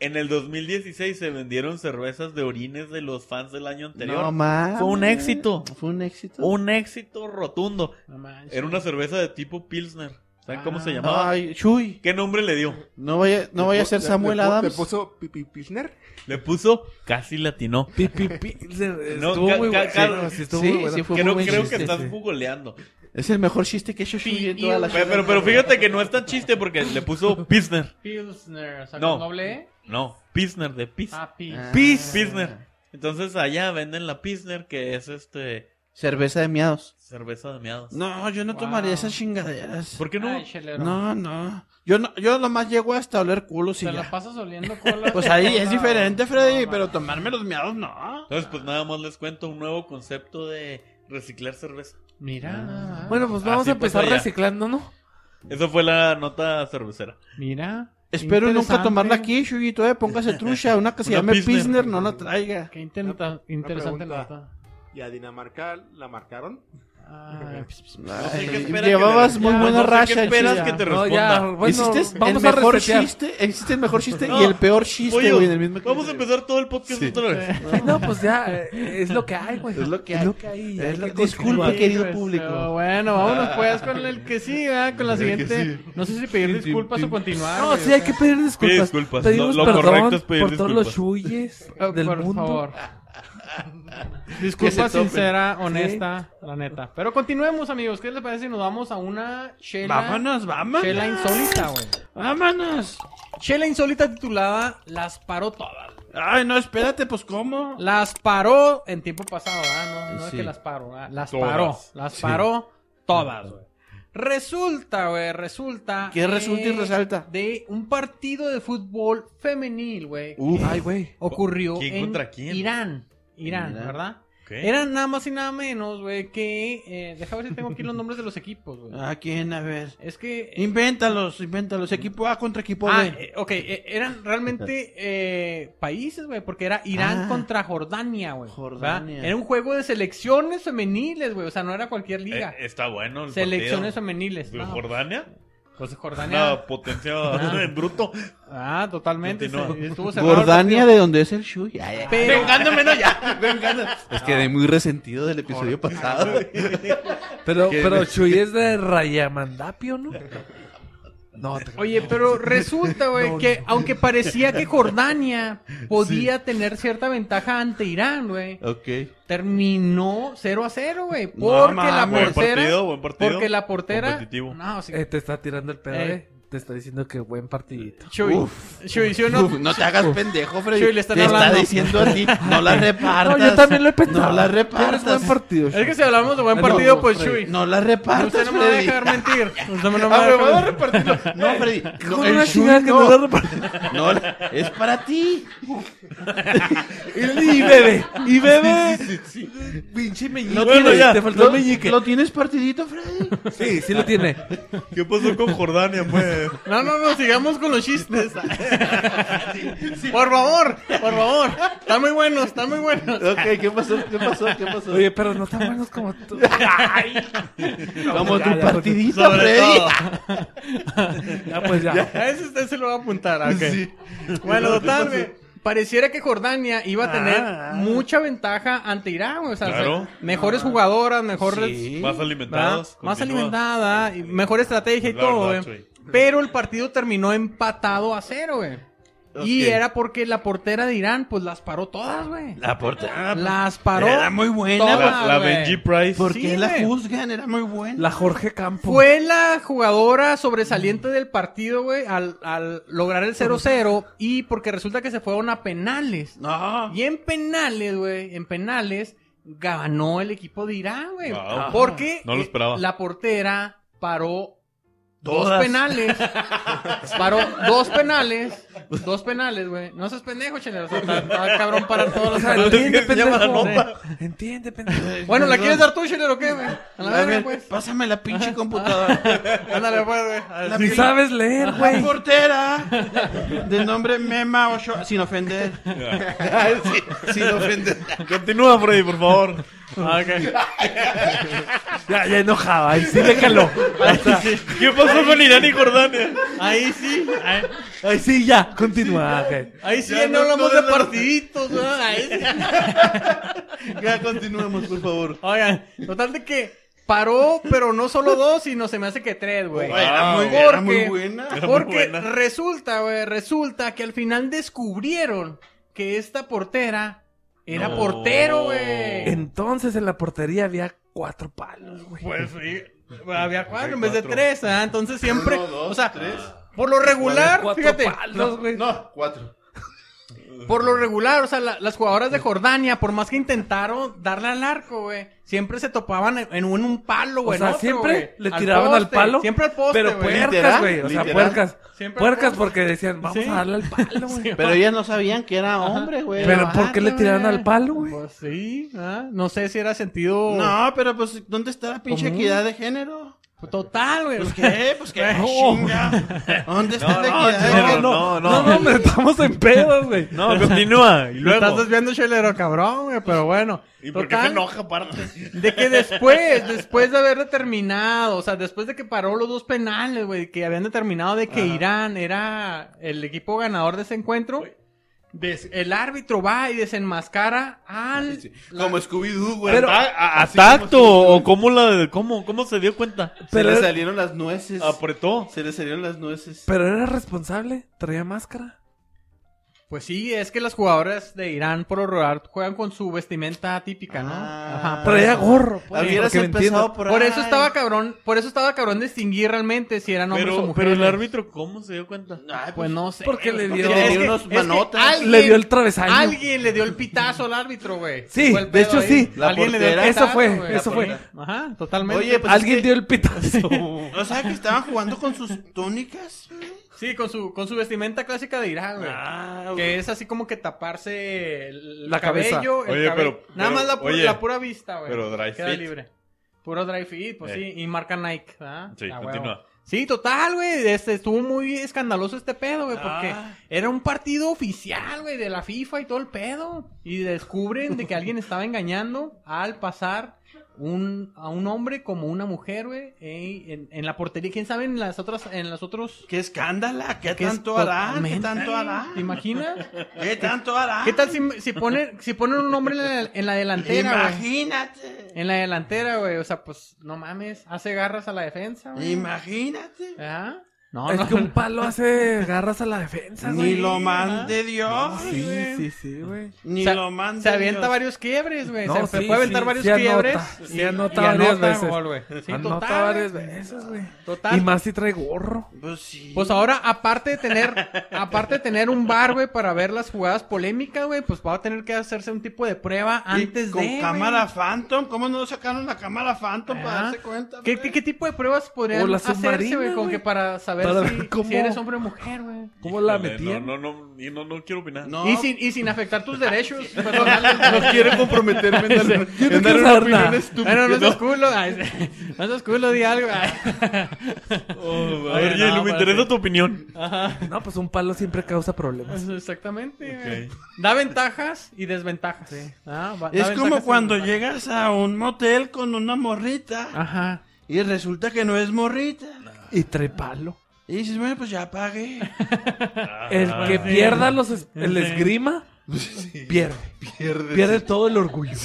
S4: En el 2016 se vendieron cervezas de orines de los fans del año anterior.
S2: No mames.
S4: Fue un éxito.
S2: Fue un éxito.
S4: un éxito rotundo.
S1: No manches.
S4: Era una cerveza de tipo Pilsner. ¿Saben cómo se
S1: Ah.
S4: llamaba?
S2: Ay, chuy.
S4: ¿Qué nombre le dio?
S2: No vaya, no vaya a ser Samuel
S6: ¿Le
S2: Adams.
S6: puso Pipi Pilsner?
S4: Le puso casi latino.
S3: Pi, pi, pi. Se-
S4: No,
S3: estuvo
S4: ca-
S3: muy
S4: ca-
S3: bueno.
S4: ca-
S3: Sí, estuvo
S2: sí,
S3: muy bueno.
S2: sí fue muy
S4: Creo,
S2: buen
S4: creo que
S2: chiste.
S4: estás
S3: sí.
S4: googleando.
S2: Es el mejor chiste que he hecho Chuy en toda la
S4: Pero, pero, pero fíjate que no es tan chiste porque
S2: <laughs>
S4: le puso Pilsner.
S1: Pilsner. O sea,
S4: No.
S1: con doble E.
S4: No, Pilsner de Pis.
S1: Ah, Pils.
S2: Ah.
S4: Pilsner. Entonces allá venden la Pilsner que es este
S2: Cerveza de miados.
S4: cerveza de miados.
S2: No, yo no
S1: Wow.
S2: tomaría esas chingaderas.
S4: ¿Por qué no?
S1: Ay, chelero.
S2: No, no. Yo no, yo nomás llego hasta oler culos y
S1: Te
S2: ya.
S1: la pasas oliendo cola.
S2: Pues ahí es
S4: <laughs>
S1: No,
S2: diferente, Freddy,
S1: no,
S2: pero
S1: no.
S2: tomarme los miados no.
S4: Entonces, pues nada más les cuento un nuevo concepto de reciclar cerveza.
S1: Mira.
S3: Bueno, pues vamos
S4: Así
S3: a empezar
S4: pasó ya.
S3: reciclando, ¿no?
S4: Eso fue la nota cervecera.
S1: Mira.
S2: Espero nunca
S1: Interesante.
S2: tomarla aquí, Chuyito, eh. Póngase trucha. Una que se
S4: Una
S2: llame
S4: Pilsner.
S2: Pilsner no la traiga.
S1: Qué intenta- interesante la
S6: pregunta.
S1: nota.
S6: ¿Y a Dinamarca la marcaron?
S1: Ah, pss, pss, pss.
S4: sé qué
S2: Ay,
S4: espera que
S2: Llevabas
S4: le-
S2: muy
S1: ya,
S2: buena
S4: no sé qué
S2: racha.
S4: esperas
S2: Chuy,
S4: que
S2: ya.
S4: te-
S3: No, ya,
S4: responda.
S3: bueno,
S2: Hiciste
S3: vamos
S2: el
S3: a
S2: mejor
S3: resetear.
S2: chiste, existe el mejor <laughs> chiste
S4: No.
S2: y el peor chiste,
S4: Pollo,
S2: güey, en el mismo
S4: Vamos a empezar todo el podcast
S2: Sí.
S4: otra vez.
S3: Sí, No, pues ya, eh, es lo que hay, güey.
S2: Es lo que hay.
S3: hay.
S2: Es
S3: Hay
S2: lo-
S3: que
S2: disculpa,
S3: continuar.
S2: que- querido
S1: pues,
S2: público.
S1: pero bueno, vámonos pues con el que sí, ¿verdad? con la siguiente. No sé si pedir disculpas o continuar.
S3: No,
S1: güey,
S3: sí,
S1: o
S3: hay
S1: sea.
S3: que pedir disculpas.
S4: Pide disculpas.
S3: Pedimos
S4: Lo- lo
S3: perdón
S4: correcto es pedir
S3: por todos los
S4: disculpas.
S3: <laughs> chuyes
S1: Eh,
S3: del
S1: por
S2: <laughs>
S3: mundo.
S1: favor.
S2: Que se
S1: Disculpa
S2: topen.
S1: sincera, honesta, la neta. Pero continuemos, amigos. ¿Qué les parece si nos vamos a una chela?
S2: Vámonos, vámonos.
S1: Chela insólita, güey.
S2: Vámonos.
S1: Chela insólita titulada Las paró todas.
S2: Ay, no, espérate, pues cómo.
S1: Las paró en tiempo pasado, ¿verdad? No, no es
S2: Sí.
S1: que las paró, ¿verdad? Las
S4: Todas.
S1: paró. Las
S2: Sí.
S1: paró todas, güey. Resulta, güey, resulta.
S2: ¿Qué resulta y
S1: eh,
S2: resalta?
S1: De un partido de fútbol femenil, güey.
S2: Uf.
S3: Ay, güey.
S1: Ocurrió
S4: ¿Quién
S1: en
S4: contra quién?
S1: Irán. Irán,
S2: Irán.
S1: ¿verdad?
S4: Ok.
S1: Eran nada más y nada menos, güey, que. Eh, deja ver si tengo aquí los nombres de los equipos,
S4: Ah.
S1: güey.
S2: ¿A Ah, quién? A ver.
S1: Es que. eh,
S2: Invéntalos, invéntalos. Equipo A contra equipo
S1: ah,
S2: B.
S1: eh, ok, eh, eran realmente eh, países, güey, porque era Irán
S2: Ah.
S1: contra Jordania, güey. ¿verdad?
S2: Jordania.
S1: Era un juego de selecciones femeniles, güey, o sea, no era cualquier liga.
S4: Eh, está bueno. El
S1: selecciones
S4: partido.
S1: femeniles. No,
S4: ¿Jordania?
S1: pues Jordania.
S4: Una potencia
S1: Ah.
S4: <laughs> en bruto.
S1: Ah, totalmente.
S4: Continúa.
S1: se- estuvo cerrado el
S2: Jordania,
S1: partido.
S2: ¿de donde es el Shui? Ay, ay.
S1: Pero-
S4: Vengándome, no ya.
S2: Es que de muy resentido del episodio pasado.
S3: Pero,
S2: ¿Qué?
S3: pero Chuy
S4: <laughs>
S3: es de Rayamandapio, ¿no? No, te-
S1: Oye, pero resulta, güey, que aunque parecía que Jordania podía tener cierta ventaja ante Irán, güey,
S2: ok.
S1: terminó 0 a 0, güey. Porque la
S4: Buen
S1: portera.
S4: partido, buen partido.
S1: Porque la portera.
S4: Competitivo.
S1: No, sí.
S3: <laughs> Eh, te está tirando el pedo,
S1: Eh.
S3: eh. Te está diciendo que buen partidito.
S1: Chuy, Chuy, ¿sí o no?
S2: Uf, no te hagas pendejo, Freddy.
S1: Chuy, le están
S2: te está
S1: hablando.
S2: diciendo a ti, no la repartas.
S3: Ah, No, yo también lo he pensado.
S2: No la
S3: Tienes buen
S2: repartas.
S3: partido.
S1: Es que si hablamos de buen
S3: No,
S1: partido, pues
S3: Freddy,
S1: Chuy.
S2: No la
S1: usted
S2: repartas,
S1: no me va a
S2: Freddy.
S1: dejar mentir.
S2: <laughs>
S1: Usted no me va
S2: Ah,
S1: a
S2: me voy a
S1: dejar mentir.
S2: repartirlo. No, Freddy. No,
S3: Con
S2: el
S3: una
S2: Shui
S3: chingada que no
S2: no.
S3: la reparte.
S2: No, la- es para ti.
S3: <laughs> Y bebe, y bebe.
S2: Pinche meñique.
S4: Bueno, ya.
S1: este
S3: Te faltó el
S2: ¿Lo-
S3: meñique.
S2: ¿Lo tienes partidito, Freddy?
S3: Sí, sí lo tiene.
S4: ¿Qué pasó con Jordania, pues?
S1: No, no, no, sigamos con los
S2: <laughs>
S1: chistes. Por favor, por favor. Están muy buenos, están muy buenos.
S2: ok, ¿qué pasó? ¿Qué pasó? ¿Qué pasó?
S3: Oye, pero no tan buenos como <laughs> tú.
S2: Como
S3: ya,
S2: tu
S3: ya,
S2: partidito,
S4: Sobre
S2: Freddy.
S4: todo.
S3: Ya, pues ya.
S1: A ese usted se lo va a apuntar, ah, ok. Bueno, total, güey, Pareciera que Jordania iba
S2: Ah,
S1: a tener mucha ventaja ante Irán, güey, o sea,
S4: Claro.
S1: se- mejores jugadoras, mejores
S2: Ah. Sí.
S4: Más
S1: ¿verdad?
S4: alimentados.
S1: más
S4: continúa.
S1: alimentada, y mejor estrategia y
S4: La
S1: todo,
S4: verdad,
S1: güey.
S4: sí.
S1: Pero el partido terminó empatado a cero, güey. Y
S2: Ok.
S1: era porque la portera de Irán, pues las paró todas, güey.
S2: La portera.
S1: Las paró.
S2: Era muy buena.
S1: todas,
S4: Ah, La, la
S1: güey.
S4: Benji Price.
S2: ¿Por
S1: Sí,
S2: qué la
S1: güey.
S2: juzgan? Era muy buena.
S3: La Jorge Campo.
S1: Fue la jugadora sobresaliente del partido, güey, al, al lograr el 0-0 y porque resulta que se fueron a penales.
S2: No.
S1: Y en penales, güey, en penales ganó el equipo de Irán, güey.
S4: Wow.
S1: Porque
S4: No lo
S1: eh,
S4: esperaba.
S1: la portera paró dos
S2: Todas. <laughs>
S1: penales. paró dos penales. Dos penales, güey. No seas pendejo, chelero. O sea, está- está cabrón para todos
S2: <laughs>
S1: los
S3: O sea,
S1: penales.
S3: entiende,
S4: Se llama
S3: pendejo.
S1: la
S3: Entiende, pendejo.
S1: Bueno, ¿la
S2: <laughs> Perdón.
S1: quieres dar tú, chelero, o qué, güey? A la
S2: A
S1: verga,
S2: ver,
S1: pues.
S2: pásame la pinche computadora.
S1: Ándale, pues, güey. A ver.
S2: La
S3: Ah, Ni
S2: pin-
S3: sabes leer,
S2: la
S3: güey.
S2: portera Pues, <laughs> de nombre Mema Ochoa, sin ofender. Sí, sin ofender.
S4: Continúa, Freddy, por favor.
S3: <laughs> Ya, ya enojaba. Ahí sí, déjalo.
S4: ¿Qué pasó con Irán y Jordania?
S1: Ahí sí. Ahí,
S3: Ahí sí, ya. Continúa. ok.
S1: ahí sí
S2: Ya
S1: no
S2: no
S1: hablamos de
S2: todo lo-
S1: partiditos, güey. Ahí sí.
S2: <laughs> Ya continuemos, por favor.
S1: Oigan, total de que paró, pero no solo dos, sino se me hace que tres, güey.
S2: Oye, era, muy,
S1: porque-
S2: era muy buena.
S4: Era muy
S1: Porque
S4: buena.
S1: resulta, güey, resulta que al final descubrieron que esta portera era
S4: No.
S1: portero, güey.
S3: Entonces en la portería había cuatro palos, güey.
S1: Pues sí. Había cuatro en vez de tres, ¿ah? Entonces siempre,
S2: Uno, dos,
S1: o sea,
S2: tres.
S1: por lo regular,
S3: cuatro
S1: fíjate,
S3: palos, güey.
S2: No, cuatro.
S1: por lo regular, o sea, la- las jugadoras de Jordania, por más que intentaron darle al arco, güey, siempre se topaban en, en un, un palo, güey.
S3: o sea,
S1: en otro,
S3: siempre
S1: güey.
S3: le tiraban al
S1: poste,
S3: palo.
S1: Siempre al poste,
S3: Pero
S1: güey.
S3: puercas,
S2: Literal,
S3: güey. O sea,
S2: literal.
S3: puercas.
S1: Siempre al
S3: Puercas
S1: poste.
S3: porque decían, vamos
S1: Sí.
S3: a darle al palo, güey.
S2: Pero ellas no sabían que era hombre, güey.
S3: Pero ¿por qué le
S1: Bajarlo,
S3: tiraron
S1: güey.
S3: al palo, güey?
S1: Pues sí, ah, no sé si era sentido
S2: No, pero pues, ¿dónde está la pinche
S1: Común.
S2: equidad de género?
S1: total, güey. <laughs>
S2: Pues qué, pues qué,
S1: No.
S2: chinga. ¿Dónde está la equidad de
S4: no,
S2: género?
S4: no, no,
S3: No, no, hombre, estamos en pedos, güey.
S4: No, continúa. Y
S1: Lo estás
S4: luego.
S1: desviando, chelero, cabrón, güey, pero bueno.
S4: ¿Y por qué se
S1: Total,
S4: enoja aparte?
S1: De que después, después de haber determinado, o sea, después de que paró los dos penales, güey, que habían determinado de que Irán era el equipo ganador de ese encuentro, des- el árbitro va y desenmascara al... la-
S2: Como Scooby-Doo, güey.
S4: Pero,
S2: Ah,
S4: ¿A, a
S2: así como
S4: tacto?
S2: Scooby-Doo.
S4: ¿O cómo, la, cómo, cómo se dio cuenta?
S3: Pero,
S2: Se le salieron las
S1: Ah,
S2: nueces.
S4: Apretó.
S2: Se le salieron las nueces.
S3: pero era responsable, traía máscara.
S1: Pues sí, es que las jugadoras de Irán por horror juegan con su vestimenta típica, Ah, ¿no? Ajá, por
S2: Traía
S1: eso.
S2: gorro.
S1: pues.
S2: Habías
S3: porque me
S2: empezado
S3: entiendo.
S2: por
S1: Por eso
S2: ahí.
S1: estaba cabrón, por eso estaba cabrón distinguir realmente si eran hombres o
S4: Pero, pero
S1: mujeres.
S4: el árbitro, ¿cómo se dio cuenta?
S2: Ay,
S1: pues no sé.
S3: Porque le
S1: güey.
S3: dio-
S1: Es
S3: le
S2: dio
S1: que-
S2: unos
S1: es que
S2: manotas.
S1: alguien-
S3: Le dio el travesaño.
S1: Alguien le dio el pitazo al árbitro, güey.
S3: Sí,
S1: Fue el
S3: de
S1: pedo
S3: hecho,
S1: ahí.
S3: sí.
S2: La
S1: Alguien le dio el
S2: portera.
S1: pitazo,
S3: Eso fue,
S1: güey.
S3: eso
S1: La
S3: fue.
S1: portera. Ajá, totalmente.
S2: Oye, pues
S3: Alguien
S2: es que-
S3: dio
S1: <laughs>
S3: el pitazo.
S2: O sea, que estaban jugando con sus túnicas.
S4: pues-
S1: Sí, con su, con su vestimenta clásica de Irán, güey.
S4: Ah,
S1: que es así como que taparse el
S3: La cabeza.
S1: cabello, el
S4: Oye,
S1: cabello.
S4: pero-
S1: Nada
S4: pero,
S1: más la, pu-
S4: oye,
S1: la pura vista, güey.
S4: pero dry
S1: Queda
S4: fit.
S1: libre. Puro dry fit, pues
S4: Eh.
S1: sí. Y marca Nike, ¿verdad?
S4: Sí,
S1: Ah,
S4: continúa.
S1: huevo. Sí, total, güey. Este, estuvo muy escandaloso este pedo, güey, porque
S2: Ah.
S1: era un partido oficial, güey, de la FIFA y todo el pedo. Y descubren de que alguien estaba engañando al pasar un, a un hombre como una mujer, güey, eh, en, en la portería. ¿Quién sabe en las otras, en los otros?
S2: ¡Qué escándala! ¿Qué
S1: que es
S2: tanto hará? ¿Qué
S1: totalmente,
S2: tanto hará?
S1: ¿Te imaginas?
S2: ¿Qué tanto hará?
S1: ¿Qué tal si, si ponen, si ponen un hombre en la, en la delantera, güey?
S2: Imagínate.
S1: En la delantera, güey. O sea, pues, no mames. Hace garras a la defensa, güey.
S2: Imagínate.
S1: ¿Ah? No,
S3: es
S1: no.
S3: que un palo hace garras a la defensa,
S2: Ni
S3: güey.
S2: lo mande Dios.
S3: Sí, sí, sí, güey.
S2: Ni
S1: Se-
S2: lo mande
S1: Se avienta
S2: Dios.
S1: varios quiebres, güey. se,
S3: No,
S1: se
S3: sí,
S1: puede aventar
S3: sí,
S1: varios
S3: sí anota,
S1: quiebres.
S3: sí
S1: y-
S3: anota
S1: y
S3: varias
S1: anota
S3: veces.
S1: gol, güey. Sí,
S3: Anota
S1: total,
S3: varias
S1: güey.
S3: veces, güey.
S1: Total.
S3: Y más si trae gorro.
S2: Pues sí.
S1: Pues ahora, aparte de tener, aparte de tener un bar, güey, para ver las jugadas polémicas, güey, pues va a tener que hacerse un tipo de prueba
S2: Y
S1: antes
S2: con
S1: de. güey.
S2: cámara Phantom, ¿cómo no sacaron la cámara Phantom para
S1: Ajá.
S2: darse cuenta?
S1: ¿Qué,
S2: güey?
S1: qué, qué tipo de pruebas
S3: O
S1: podrían
S3: la
S1: hacerse,
S3: submarina,
S1: güey? Con
S3: güey.
S1: que para saber
S3: Para
S1: si,
S3: ver cómo-
S1: si eres hombre o mujer, güey.
S3: ¿Cómo la
S4: Híjole,
S3: metían?
S4: No, no, no, y no, no quiero opinar.
S2: No,
S1: Y sin, y sin afectar tus derechos personales.
S6: No quiere comprometerme en dar,
S3: <laughs> Yo no
S6: en dar
S3: quiero
S6: una
S3: saber
S6: opinión
S3: nada.
S6: estúpida.
S1: Ah, no, no seas culo. Ay, No seas culo, di algo. Ay.
S4: Oh, a
S1: Oye,
S4: ver, Jay,
S1: no, espérate.
S4: me interesa tu opinión.
S3: No, pues un palo siempre causa problemas.
S1: Exactamente. güey.
S4: Ok.
S1: Da ventajas y desventajas. Ah, va- da
S2: Es como
S1: ventajas y
S2: cuando
S1: desventajas.
S2: llegas a un motel con una morrita
S1: Ajá.
S2: y resulta que no es morrita.
S3: Y trae palo.
S2: Y dices, bueno, pues ya pagué.
S3: El
S4: Ah,
S3: que
S4: sí.
S3: pierda los es- el
S1: Sí.
S3: esgrima, pierde.
S6: Pierde.
S2: <laughs>
S3: Pierde todo el orgullo.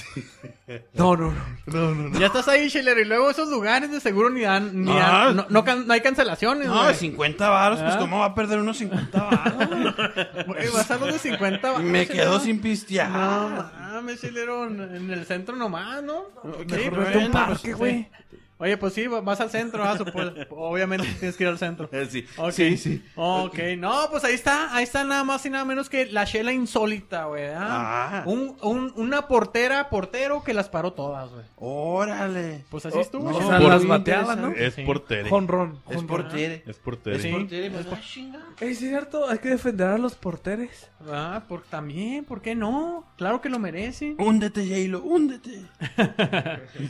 S3: No, no, no.
S6: No, no, no.
S1: Ya estás ahí, Schiller, y luego esos lugares de seguro ni dan. Ni
S2: No.
S1: dan- no, no can- no hay cancelaciones,
S2: No,
S1: güey.
S2: 50 varos, pues
S1: Ah.
S2: cómo va a perder unos 50 <laughs> varos.
S1: Güey, vas a los de 50 ba-
S2: Me quedo sin
S1: No
S2: pistear.
S1: mames, Schiller, en el centro nomás, ¿no? Sí,
S2: Mejor
S1: pues,
S2: vete a un
S1: bueno,
S2: parque,
S1: pues,
S3: güey.
S1: sí. Oye, pues sí, vas al centro, ah, supo- obviamente tienes que ir al centro.
S2: Eh, sí.
S1: Ok.
S2: Sí, sí.
S1: Ok, no, pues ahí está, ahí está nada más y nada menos que la Shela insólita, güey. ¿ah?
S2: Ah.
S1: Un, un- una portera, portero que las paró todas, güey.
S2: Órale.
S1: Pues así estuvo.
S3: O
S1: Sí.
S3: sea,
S4: por-
S3: las bateadas, ¿no?
S4: Es por Tere.
S3: Jonrón.
S2: Es
S3: jonrón.
S2: por Tere.
S4: Es por Tere.
S1: Sí.
S2: Por Tere, pues, ay, chinga.
S3: Es cierto, hay que defender a los porteres.
S1: Ah, por, también, ¿por qué no? Claro que lo merece.
S2: Húndete, Jaylo, húndete.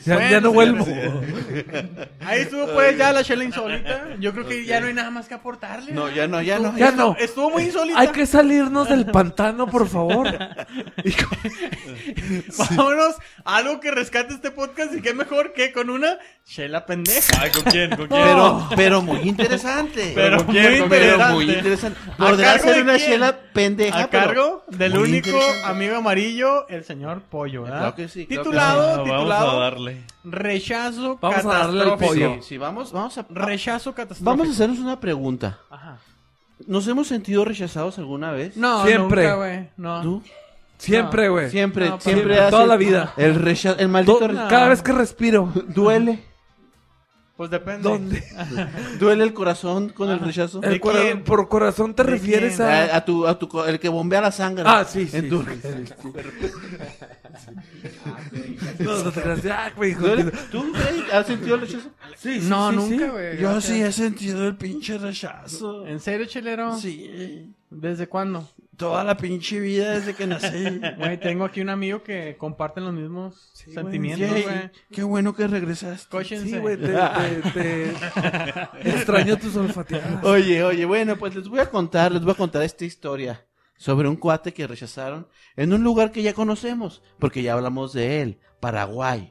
S3: Ya,
S1: Bueno,
S3: ya no vuelvo.
S1: Ahí estuvo pues ya la Shela insólita. Yo creo que ya no hay nada más que aportarle.
S2: No,
S1: ¿ah?
S2: ya no, ya no.
S3: Ya no.
S1: Estuvo muy insólita.
S3: Hay que salirnos del pantano, por favor.
S1: Vámonos, algo que rescate este podcast y qué mejor que con una Shela pendeja.
S4: Ay, ¿con quién? ¿Con quién?
S2: Pero, pero muy interesante.
S1: Pero
S4: ¿con quién?
S1: muy
S4: ¿Con quién?
S2: Pero
S1: interesante.
S2: muy interesante.
S1: ¿A
S2: Podrá
S1: cargo de
S2: ser una
S1: quién?
S2: chela pendeja.
S1: A
S2: Ah, pero-
S1: cargo del
S2: muy
S1: único
S2: interesante.
S1: amigo amarillo, el señor Pollo, ¿verdad?
S2: Claro que sí, claro que
S1: titulado,
S4: Ah,
S1: titulado,
S4: Vamos a darle.
S1: rechazo
S3: Vamos a darle al
S1: catastrófico.
S3: pollo.
S2: Sí, sí, vamos, vamos a.
S1: Rechazo catastrófico.
S2: Vamos a hacernos una pregunta.
S1: Ajá.
S2: ¿Nos hemos sentido rechazados alguna vez?
S1: No,
S3: Siempre.
S1: nunca, güey. No.
S2: ¿Tú?
S3: Siempre, güey.
S2: Siempre,
S1: No,
S2: siempre.
S3: papá.
S2: has-
S3: Toda la vida.
S2: El, recha- el
S3: Do-
S2: maldito. re-
S3: Cada vez que respiro.
S2: Duele.
S1: Pues depende.
S3: ¿Dónde?
S2: Duele el corazón con el rechazo.
S1: ¿De
S3: El cora-
S1: quién?
S3: ¿Por corazón te
S1: ¿De
S3: refieres
S1: quién?
S3: a...?
S2: A, a tu, a tu, co- el que bombea la sangre.
S3: Ah, sí, sí.
S2: Ah, En tu-
S3: sí, sí, sí. No, no te creas. Ah, güey, hijo
S2: ¿Duele?
S3: de-
S2: ¿Tú Freddy, has sentido el rechazo?
S3: Sí, sí,
S1: No,
S3: sí,
S1: nunca,
S3: sí.
S1: güey.
S2: Yo
S1: gracias.
S2: sí he sentido el pinche rechazo.
S1: ¿En serio, chelero?
S2: Sí.
S1: ¿Desde cuándo?
S2: Toda la pinche vida desde que nací.
S1: Güey, tengo aquí un amigo que comparten los mismos
S3: Sí,
S1: sentimientos,
S2: Yay,
S1: güey.
S2: qué bueno que regresaste.
S1: Cóchense.
S3: Sí, güey, te, te- te- extraño tus olfateadas.
S2: Oye, oye, bueno, pues les voy a contar, les voy a contar esta historia sobre un cuate que rechazaron en un lugar que ya conocemos, porque ya hablamos de él, Paraguay.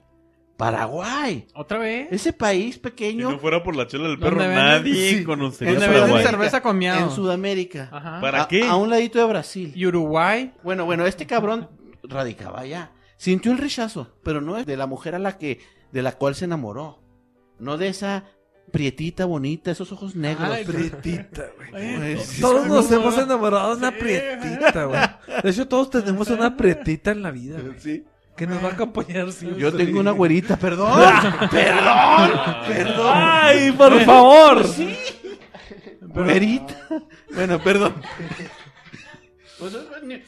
S2: Paraguay.
S1: ¿Otra vez?
S2: Ese país
S4: Si
S2: pequeño
S4: no fuera por la chela del perro,
S1: ¿Dónde venden?
S4: nadie
S2: Sí.
S4: conocería
S1: ¿Dónde
S2: en
S1: venden
S2: Paraguay.
S1: cerveza con miau?
S2: en Sudamérica.
S1: Ajá.
S4: Para-
S2: A-
S4: qué?
S2: A, un ladito de Brasil.
S1: ¿Y Uruguay?
S2: Bueno, bueno, este cabrón radicaba allá. Sintió el rechazo, pero no es de la mujer a la que de la cual se enamoró. No de esa prietita, bonita, esos ojos negros.
S1: Ay,
S3: Prietita, güey.
S2: Güey, sí,
S3: Todos
S1: sí,
S3: nos
S1: sí,
S3: hemos
S1: sí.
S3: enamorado de una
S1: Sí,
S3: prietita, güey. De hecho, todos tenemos una prietita en la vida, güey,
S6: Sí.
S3: Que nos va a acompañar siempre.
S2: Yo tengo una güerita,
S1: <laughs>
S2: perdón, perdón,
S4: Ah,
S2: perdón.
S3: ¡Ay, por favor!
S2: Güerita. Bueno, perdón. Pues,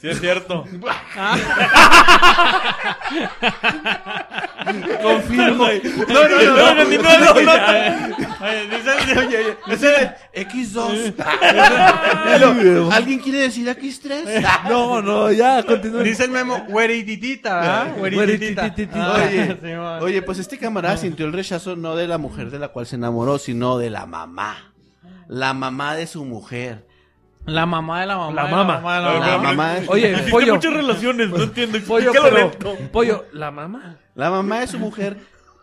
S4: Sí, es cierto. <laughs>
S2: Confirmo.
S4: No, no, no, no, no, no, no,
S2: <laughs> X2. ¿Alguien quiere decir X3?
S3: No, no, ya, continúa.
S1: Dice el memo, güerititita, ¿ah? Güerititita.
S3: Güeritititita.
S1: Ah,
S2: Oye,
S1: <laughs> sí, man.
S2: Oye, pues este camarada sintió el rechazo no de la mujer de la cual se enamoró, sino de la mamá. La mamá de su mujer.
S1: La mamá de la mamá.
S3: La
S1: de
S3: mama.
S1: mamá de la
S4: La
S1: mamá.
S2: La mamá,
S3: Oye,
S4: Hiciste
S3: pollo.
S4: muchas relaciones, no entiendo.
S3: Pollo,
S4: Explícalo
S3: pero-
S4: lento.
S3: Pollo, ¿la mamá?
S2: la mamá de su mujer,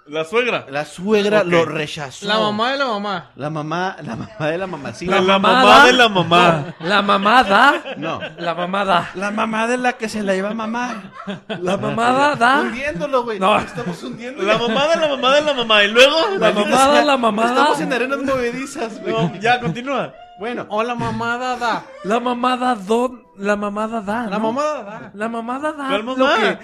S4: La suegra.
S2: la suegra
S4: Ok.
S2: lo rechazó.
S1: La mamá de la mamá.
S2: La mamá, la mamá de la mamacita.
S4: La,
S3: mamá
S4: mamá,
S3: da-
S4: de la mamá.
S3: ¿La mamada?
S2: No.
S3: La mamada.
S2: La mamá de la que se la iba a mamar.
S3: ¿La mamada da?
S2: Hundiéndolo, güey.
S3: No.
S2: Estamos hundiendo.
S4: La mamá de la mamá de la mamá. Y luego.
S3: ¿La mamada, la mamada?
S2: Estamos en arenas movedizas, güey.
S4: No, ya, continúa.
S2: Bueno.
S1: O la mamada da.
S3: La mamada don, la mamada da.
S1: La
S3: ¿no?
S1: mamada da.
S3: La mamada da.
S4: ¿Cuál
S3: lo
S4: mamá?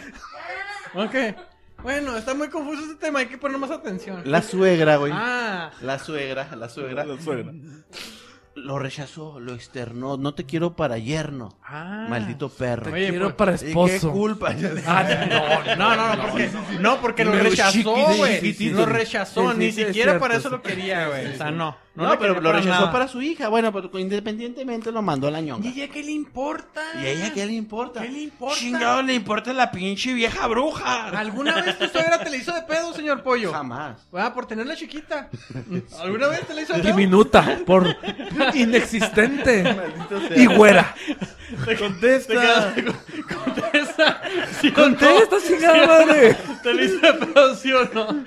S3: que-
S1: Ok. Bueno, está muy confuso este tema, hay que poner más atención.
S2: La suegra, güey.
S1: Ah.
S2: La suegra, la suegra.
S4: La suegra.
S2: Lo rechazó, lo externó. No te quiero para yerno.
S1: ah.
S2: Maldito perro.
S1: Oye,
S3: Quiero
S1: pues,
S3: para
S2: ¿Y
S3: esposo.
S2: ¿Qué culpa?
S1: No, no, no, porque, no, porque lo
S3: Me
S1: rechazó,
S3: chiquitito,
S1: güey.
S3: chiquitito.
S1: Lo rechazó,
S3: Sí, sí,
S1: ni
S3: sí, es
S1: siquiera
S3: cierto,
S1: para eso
S3: sí.
S1: lo quería, güey. O sea, no. lo
S2: No, pero
S1: quería
S2: lo rechazó
S1: nada.
S2: para su hija. Bueno, pero independientemente lo mandó a la ñonga.
S1: ¿Y ella qué le importa?
S2: ¿Y a ella qué le importa?
S1: ¿Qué le importa?
S2: Chingado le importa la pinche vieja bruja.
S1: ¿Alguna vez tu suegra te le hizo de pedo, señor Pollo?
S2: Jamás.
S1: Ah, por tenerla
S2: <laughs>
S1: chiquita. ¿Alguna vez te la hizo de pedo?
S3: Diminuta, por inexistente.
S2: Maldito sea.
S3: Y güera.
S4: Te contesta. Te,
S1: Esa, ¿sí o no?
S3: Contesta, chingada madre.
S4: te le hice pedo, ¿sí o no?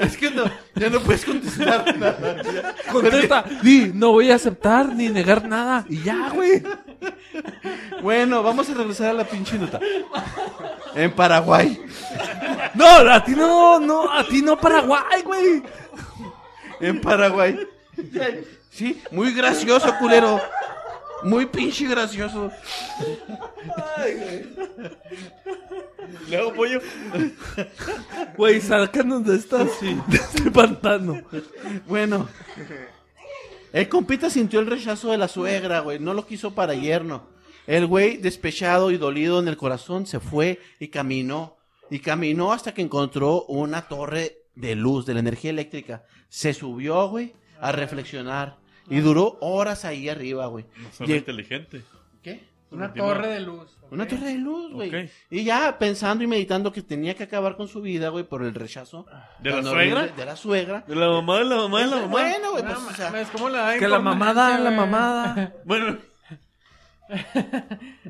S2: Es que no, ya no puedes contestar nada.
S3: Contesta. Di, no voy a aceptar ni negar nada. Y ya, güey.
S2: Bueno, vamos a regresar a la pinche nota. En Paraguay.
S3: No, a ti no, no, a ti no Paraguay, güey.
S2: En Paraguay. Sí, muy gracioso, culero. Muy pinche gracioso.
S4: Luego, pollo.
S3: Güey, sácanos de esta, de este pantano.
S2: Bueno. El compita sintió el rechazo de la suegra, güey. No lo quiso para yerno. El güey, despechado y dolido en el corazón, se fue y caminó. Y caminó hasta que encontró una torre de luz, de la energía eléctrica. Se subió, güey, a reflexionar. Y duró horas ahí arriba, güey.
S4: Son
S2: Lleg-
S4: inteligente.
S2: ¿Qué?
S1: Una
S4: Continúa.
S1: torre de luz. ok.
S2: Una torre de luz, güey.
S4: Ok.
S2: Y ya pensando y meditando que tenía que acabar con su vida, güey, por el rechazo.
S4: ¿De la
S2: tan
S4: suegra?
S2: horrible De la suegra.
S4: De la mamá de la mamá de la mamá.
S2: Bueno, güey,
S1: No
S2: pues, o sea,
S1: mames, ¿cómo le da
S3: Que la mamada, la
S1: importancia, güey?
S3: mamada.
S4: Bueno,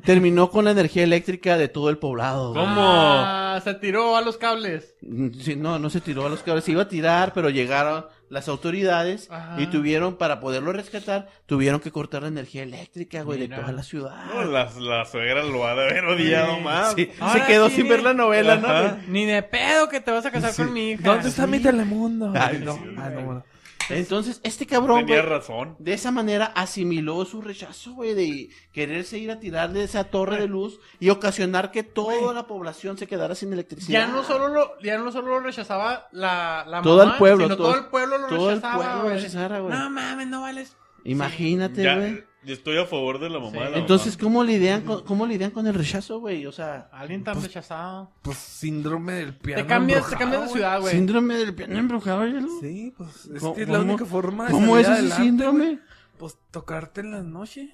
S2: terminó con la energía eléctrica de todo el poblado. güey.
S4: ¿Cómo?
S1: Ah, se tiró a los cables.
S2: Mm, sí, no, no se tiró a los cables, se iba a tirar, pero llegaron las autoridades
S1: Ajá.
S2: y tuvieron, para poderlo rescatar, tuvieron que cortar la energía eléctrica, güey, de
S1: Mira.
S2: toda la ciudad.
S4: no, la, la suegra lo ha de haber odiado
S1: Sí.
S4: más.
S2: Sí,
S1: Ahora
S2: se quedó
S1: sí
S2: sin
S1: de-
S2: ver la novela, ¿no?
S4: Ajá.
S2: güey?
S1: pues, Ni de pedo que te vas a casar con mi hija.
S3: ¿Dónde está mi Telemundo?
S2: Ay,
S3: no,
S2: sí,
S3: ay, no, bueno.
S2: Entonces, este cabrón,
S4: Tenía
S2: güey,
S4: razón.
S2: De esa manera asimiló su rechazo, güey, de quererse ir a tirar de esa torre de luz y ocasionar que toda la población se quedara sin electricidad.
S1: Ya no solo lo, ya no solo lo rechazaba la, la
S2: Todo
S1: mamá,
S2: el pueblo,
S1: sino todo,
S2: todo-
S1: el pueblo lo
S2: todo el
S1: rechazaba.
S2: pueblo
S1: güey.
S2: rechazara, güey.
S1: No mames, no vales.
S2: Imagínate,
S4: Ya,
S2: güey.
S4: yo estoy a favor de la mamá
S1: Sí.
S4: de la mamá.
S2: Entonces, ¿cómo lidian con, cómo lidian con el rechazo, güey? O sea,
S1: Alguien tan rechazado.
S3: Pues síndrome del piano.
S1: Te cambias, te
S3: embrujado,
S1: cambias de ciudad, Ah, güey.
S2: síndrome del piano embrujado, oye, ¿no?
S3: güey. Sí, pues es
S2: ¿Cómo-
S3: que es la
S2: cómo-
S3: única forma de
S2: ¿Cómo es
S3: salir
S2: ese
S3: adelante, güey.
S2: síndrome?
S3: Pues tocarte en las noches.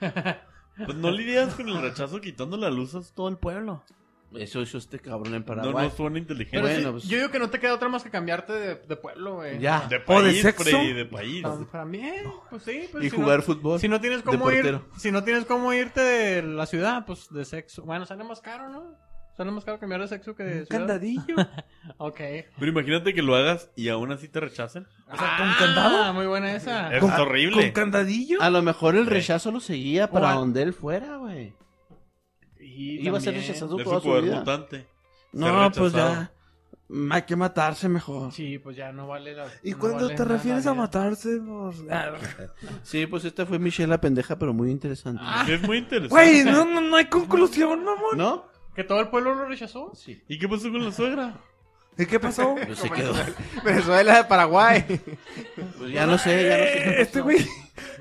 S4: Pues no lidias con el rechazo quitando la luz a todo el pueblo.
S2: Eso hizo este cabrón en
S4: No,
S2: Paraguay.
S4: no suena inteligente.
S1: Pero
S2: Bueno,
S1: sí,
S2: pues-
S1: yo digo que no te queda otra más que cambiarte de, de pueblo, güey.
S2: Ya.
S4: De
S3: ¿O de
S4: país,
S3: sexo?
S4: Freddy, de país.
S1: Tam- También, pues sí, pues
S2: y
S1: si
S2: jugar
S1: no,
S2: fútbol.
S1: si no tienes cómo
S2: de
S1: ir,
S2: portero.
S1: si no tienes cómo irte de la ciudad, pues de sexo. Bueno, sale más caro, ¿no? Sale más caro cambiar de sexo que de
S3: Un
S1: ciudad.
S3: candadillo.
S1: Ok.
S4: Pero imagínate que lo hagas y aún así te rechacen.
S3: O sea, ¿con
S1: Ah,
S3: candado?
S1: Muy buena esa.
S2: Eh,
S4: Es
S3: ¿Con
S4: horrible.
S3: candadillo?
S2: A lo mejor el
S4: Sí.
S2: rechazo lo seguía para
S1: a-
S2: donde él fuera, güey.
S1: Y
S2: Iba a ser
S1: también-
S2: rechazado
S4: Es
S2: toda
S4: un
S2: su
S4: poder
S2: vida.
S4: mutante.
S2: No, pues
S4: rechazado.
S2: ya. mm, hay que matarse mejor.
S1: Sí, pues ya no vale la.
S3: ¿Y
S1: no
S3: cuando
S1: vale
S3: te
S1: nada
S3: refieres
S1: la
S3: a
S1: vida.
S3: matarse? por- Ah,
S2: Sí, pues esta fue Michelle la pendeja, pero muy interesante.
S1: Ah.
S4: Es muy interesante.
S3: Güey, no, no, no hay conclusión, mamón.
S2: <laughs> ¿No?
S1: ¿Que todo el pueblo lo rechazó? Sí.
S4: ¿Y qué pasó con la suegra?
S3: ¿Y qué pasó?
S2: Pues se quedó.
S6: Venezuela, Paraguay.
S2: Pues ya no sé, ya no sé. qué
S3: Este güey.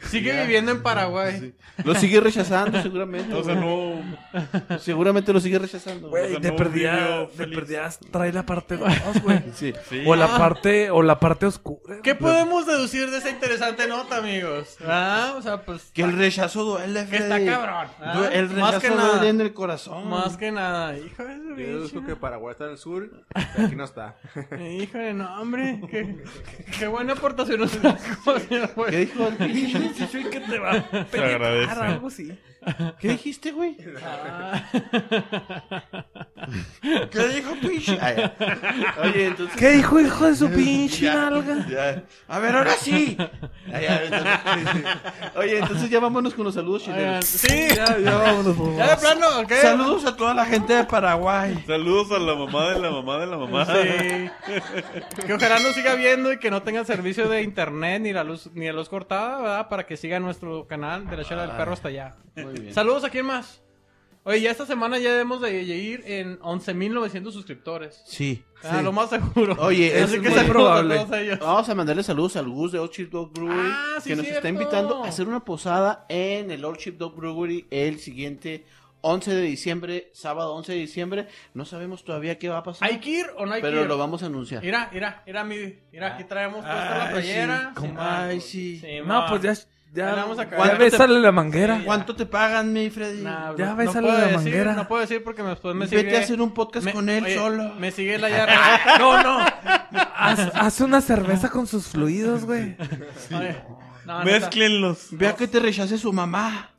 S1: Sigue viviendo en Paraguay.
S2: pasó. Lo sigue rechazando seguramente.
S4: O sea, no.
S2: güey. Seguramente lo sigue rechazando. güey.
S4: sea,
S3: Güey, te
S4: no
S3: perdías.
S4: vivió
S3: Te
S4: feliz.
S3: perdías. Trae la parte 2, güey.
S5: <laughs>
S2: Sí.
S4: Sí.
S3: O la parte, o la parte oscura.
S1: ¿Qué podemos deducir de esa interesante nota, amigos? Ah, o sea, pues.
S2: Que el rechazo duele,
S1: que está
S2: Freddy.
S1: cabrón. ah.
S2: Due- El rechazo
S1: Más que
S2: duele
S1: nada.
S2: en el corazón.
S1: Más que nada. Hijo de su
S5: Yo
S1: bicho.
S5: deduzco que Paraguay está en el sur, pero aquí no está.
S1: Hijo de no, hombre. Qué, qué buena aportación nos trajo, señor juez.
S2: ¿Qué dijo el pinche?
S3: Sí, sí, que te va a penetrar,
S4: agradece.
S3: algo así.
S2: ¿Qué dijiste, güey?
S1: Ah.
S2: ¿Qué dijo, pinche? Ay, ay. Oye, entonces.
S3: ¿Qué dijo hijo de su pinche nalga?
S2: Ya. A ver, ahora sí. Ay, ay, entonces- Oye, entonces ya vámonos con los saludos
S1: Oigan,
S2: chilenos.
S1: Sí,
S3: Ya, ya vámonos, por
S1: ya de
S3: favor.
S1: plano, ¿ok?
S2: Saludos a toda la gente de Paraguay.
S4: Saludos a la mamá de la mamá de la mamá.
S1: Sí. Que ojalá nos siga viendo y que no tengan servicio de internet ni la luz ni la luz cortada, ¿verdad? Para que siga nuestro canal de la chela del perro hasta allá.
S2: Muy Ah, bien.
S1: Saludos a quién más. Oye, ya esta semana ya debemos de ir en 11.900 suscriptores.
S2: Sí.
S1: Ah, lo más seguro.
S2: Oye,
S1: Así
S2: es
S1: que
S2: muy
S1: saludos
S2: probable.
S1: a todos ellos.
S2: Vamos a mandarle saludos al Gus de Old Chip Dog Brewery
S1: Ah, sí,
S2: que nos
S1: cierto.
S2: está invitando a hacer una posada en el Old Chip Dog Brewery el siguiente 11 de diciembre, sábado 11 de diciembre. No sabemos todavía qué va a pasar,
S1: ¿Hay que ir o no hay que
S2: pero
S1: ir?
S2: lo vamos a anunciar.
S1: Mira, mira, mira, mi, mira, aquí traemos puesta la
S2: Ay,
S1: playera.
S2: sí, com-
S1: Simón.
S2: ay, sí.
S1: Simón.
S3: No, pues ya. Ya,
S1: Ya la vamos a cagar.
S3: ya
S1: ¿Cuánto
S3: bésale la manguera.
S1: Sí,
S2: ¿Cuánto te pagan, mi Freddy?
S1: Nah,
S3: Ya
S1: no- no
S3: bésale
S1: puedo
S3: la
S1: decir,
S3: manguera.
S1: No puedo decir porque después me
S2: Vete
S1: sigue-
S2: a hacer un podcast
S1: me-
S2: con él
S1: oye,
S2: solo.
S1: Me sigue la yarra.
S3: No, no. Haz, haz una cerveza con sus fluidos, güey.
S1: Oye, no, no está.
S4: Mezclenlos.
S2: Vea que te rechace su mamá.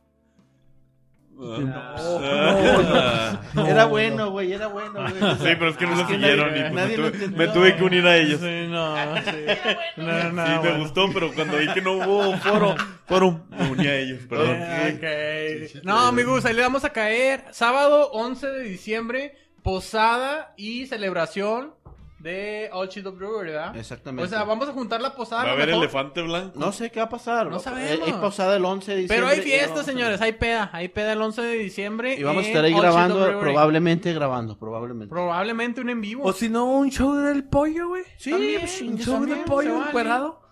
S1: Ah.
S2: Oh,
S4: Ah.
S2: era bueno, güey, era bueno, güey.
S4: <laughs>
S2: <laughs>
S4: Sí, pero es que no lo
S2: que
S4: siguieron
S2: nadie-
S4: y pues
S2: nadie
S4: me,
S2: lo
S4: tuve,
S2: entendió.
S4: me tuve que unir a ellos. Sí,
S1: Sí, no, sí. No, no,
S4: me
S1: bueno.
S4: gustó, pero cuando vi que no hubo foro, foro me uní a ellos, perdón.
S1: Eh, ok. No, amigos, ahí le vamos a caer. Sábado 11 de diciembre, posada y celebración de All Chido Brewery, ¿verdad?
S2: Exactamente.
S1: O sea, vamos a juntar la posada.
S4: Va a
S1: lo
S4: haber
S1: mejor.
S4: elefante blanco.
S2: No sé qué va a pasar.
S1: No
S2: Va-
S1: sabemos.
S2: Es pausada el 11 de diciembre.
S1: Pero hay
S2: y ya
S1: fiesta,
S2: vamos a-
S1: señores, Oh, hay peda. Hay peda el 11 de diciembre.
S2: Y vamos
S1: en
S2: a estar ahí
S1: Old Chido
S2: grabando,
S1: Brewery.
S2: probablemente grabando, probablemente.
S1: Probablemente un en vivo.
S3: O si no, un show del pollo, güey.
S2: Sí,
S1: También,
S2: pues,
S3: Un
S1: Yo
S3: show
S1: también,
S3: de
S1: se
S3: pollo
S1: vale.
S3: encuerado.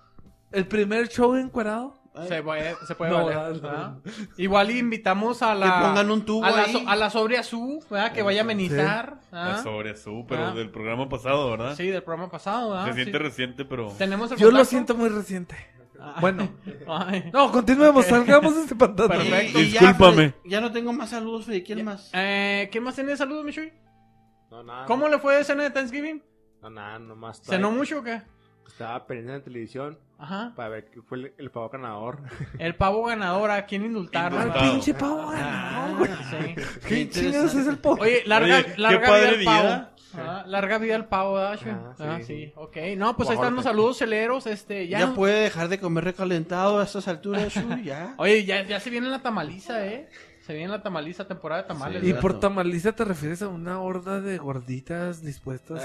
S3: El primer show encuerado.
S1: Se puede, se puede
S3: No,
S1: valer,
S3: no, no.
S1: ¿verdad? Igual invitamos a la.
S2: Que pongan un tubo
S1: a la,
S2: ahí.
S1: so- a la sobre azul, ¿verdad? Que vaya a amenizar. ¿ah?
S4: La sobre azul, pero
S1: Ah.
S4: del programa pasado, ¿verdad?
S1: Sí, del programa pasado, ¿verdad?
S4: Se siente
S1: Sí.
S4: reciente, pero.
S1: Tenemos el
S3: Yo lo
S1: contacto?
S3: siento muy reciente.
S1: Ah.
S3: Bueno.
S1: Ay.
S3: No, continuemos, salgamos de este pantano.
S1: Perfecto.
S2: Y- y ya,
S4: Discúlpame.
S2: Freddy, Ya, no tengo más saludos, Freddy. ¿Quién más?
S1: Eh, ¿Quién más tiene saludos, Michuy?
S5: No, nada.
S1: ¿Cómo le fue de cena de Thanksgiving?
S5: No, nada, nomás. estaba-
S1: ¿Cenó mucho o qué?
S5: Estaba pendiente en la televisión
S1: Ajá.
S5: para ver qué fue el, el pavo ganador.
S1: El pavo ganador, ¿a quién indultaron? Ah,
S3: Al
S4: Pavo.
S3: pinche pavo ganado, güey.
S1: Sí.
S3: ¿Qué
S2: interesante.
S3: chingados es el pavo?
S1: <laughs> Oye, larga,
S4: Oye, qué
S1: larga vida
S4: padre
S1: al pavo.
S4: vida.
S1: Ah, larga vida al pavo, Dash. Ah,
S5: Ah,
S1: sí.
S5: sí.
S1: ok. No, pues ahí están los saludos celeros. Este, ya.
S2: Ya, puede dejar de comer recalentado a estas
S1: <laughs>
S2: alturas, Shui, ya.
S1: Oye, ya, ya se viene la tamaliza, ¿eh? Se viene la tamaliza, temporada de tamales.
S2: Sí.
S3: ¿Y
S1: ¿verdad?
S3: por tamaliza te refieres a una horda de gorditas dispuestas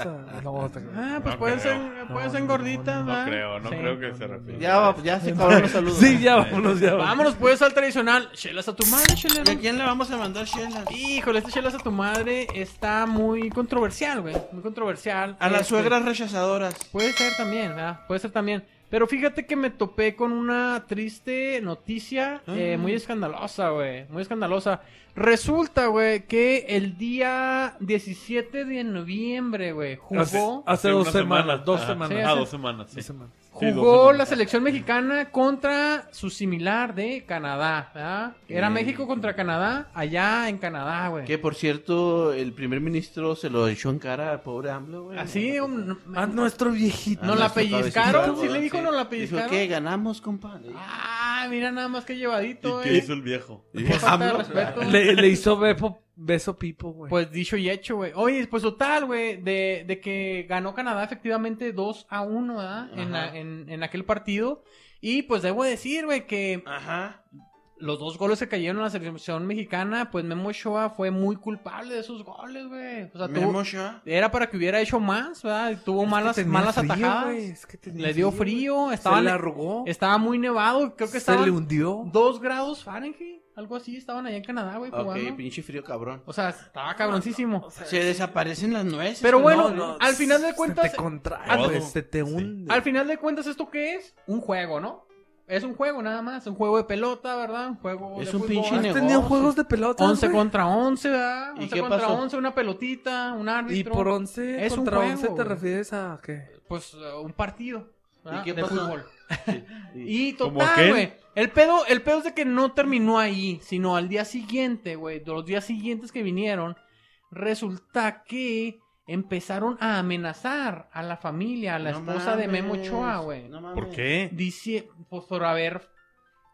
S1: <laughs>
S3: a.? No, te-
S1: Ah, pues
S4: No
S1: pueden
S4: creo.
S1: ser, pueden
S3: No,
S1: ser
S3: no,
S1: gorditas,
S4: No
S1: ¿verdad?
S4: creo, no
S1: Sí.
S4: creo que se refiere.
S2: Ya, va- ya se acabaron los saludos.
S3: <laughs> Sí, ya vámonos, ya vámonos.
S1: Vámonos pues al tradicional. Chelas a tu madre, chelero.
S2: ¿Y a quién le vamos a mandar chelas?
S1: Híjole, este chelas a tu madre está muy controversial, güey. Muy controversial.
S2: A las
S1: Este,
S2: suegras rechazadoras.
S1: Puede ser también, ¿verdad? Puede ser también. Pero fíjate que me topé con una triste noticia
S4: Ah.
S1: eh, muy escandalosa, güey. Muy escandalosa. Resulta, güey, que el día 17 de noviembre, güey,
S3: Hace,
S1: jugó,
S3: hace
S4: Hace
S3: dos
S4: una
S3: semanas,
S4: semana.
S3: dos
S4: Ajá.
S3: semanas.
S1: Sí,
S4: Ah,
S1: hace-
S4: dos semanas, Ah, sí. Ah,
S3: Dos semanas.
S4: Sí, dos
S1: jugó
S4: semanas.
S1: la selección mexicana contra su similar de Canadá, ¿verdad? Era
S2: Mm.
S1: México contra Canadá, allá en Canadá, güey.
S2: Que por cierto, el primer ministro se lo echó en cara al pobre AMLO, güey.
S1: Así, Ah, un-
S3: A Ah, nuestro viejito.
S1: ¿Nos
S2: Ah,
S1: la
S2: nuestro
S1: pellizcaron?
S2: cabecita,
S1: ¿Sí le dijo nos la
S2: Dijo,
S1: pellizcaron?
S2: ¿qué? ¿Ganamos, compa?
S1: Ah, mira nada más que llevadito,
S4: ¿Y qué
S1: eh.
S4: hizo el Ah, viejo?
S1: Qué falta de respeto.
S3: Le, le hizo bepo- beso pipo, güey.
S1: Pues dicho y hecho, güey. Oye, pues total, güey, de, de que ganó Canadá efectivamente 2 a 1, ¿verdad? En, la-
S2: Ajá.
S1: en, en aquel partido. Y pues debo decir, güey, que
S2: Ajá.
S1: los dos goles que cayeron en la selección mexicana, pues Memo Ochoa fue muy culpable de esos goles, güey. O sea, tuvo-
S2: Memo Ochoa.
S1: era para que hubiera hecho más, ¿verdad? Y Tuvo malas,
S3: tenía
S1: malas
S3: frío,
S1: atajadas.
S3: güey, es que tenía
S1: le dio
S3: güey.
S1: frío,
S3: Se
S1: estaba,
S3: le arrugó.
S1: estaba muy nevado, creo que
S3: se le
S1: estaban
S3: hundió.
S1: dos grados Fahrenheit, algo así, estaban allá en Canadá, güey,
S2: Ok,
S1: jugando.
S2: pinche frío cabrón.
S1: O sea, estaba cabroncísimo.
S2: Se desaparecen las nueces.
S1: Pero bueno,
S3: No, no,
S1: al final de
S3: Se
S1: cuentas,
S3: te contrae,
S4: al-
S3: güey, se te
S4: Sí.
S3: hunde.
S1: Al final de cuentas, ¿esto qué es? Un juego, ¿no? Es un juego nada más, un juego de pelota, ¿verdad? Un juego
S2: Es
S1: de
S2: un
S1: fútbol.
S2: pinche
S3: ¿Has
S2: negocio.
S3: tenido juegos de pelota?
S1: 11 contra 11, ¿verdad?
S2: ¿Y
S1: 11
S2: qué
S1: contra
S2: pasó?
S1: 11, una pelotita, un
S3: ¿Y
S1: árbitro.
S3: por 11
S1: Es un
S3: contra
S1: juego,
S3: 11 te
S1: güey.
S3: refieres a qué?
S1: Pues eh, un partido. ¿verdad?
S2: ¿Y qué
S1: de
S2: pasó?
S1: fútbol. <laughs>
S2: Y
S1: Y
S4: ¿Como
S1: total,
S4: aquel?
S1: güey. El pedo, el pedo es de que no terminó ahí, sino al día siguiente, güey. de Los días siguientes que vinieron, resulta que empezaron a amenazar a la familia, a la esposa de Memo Ochoa, güey.
S2: Ah.
S4: ¿Por qué?
S1: dice pues, por haber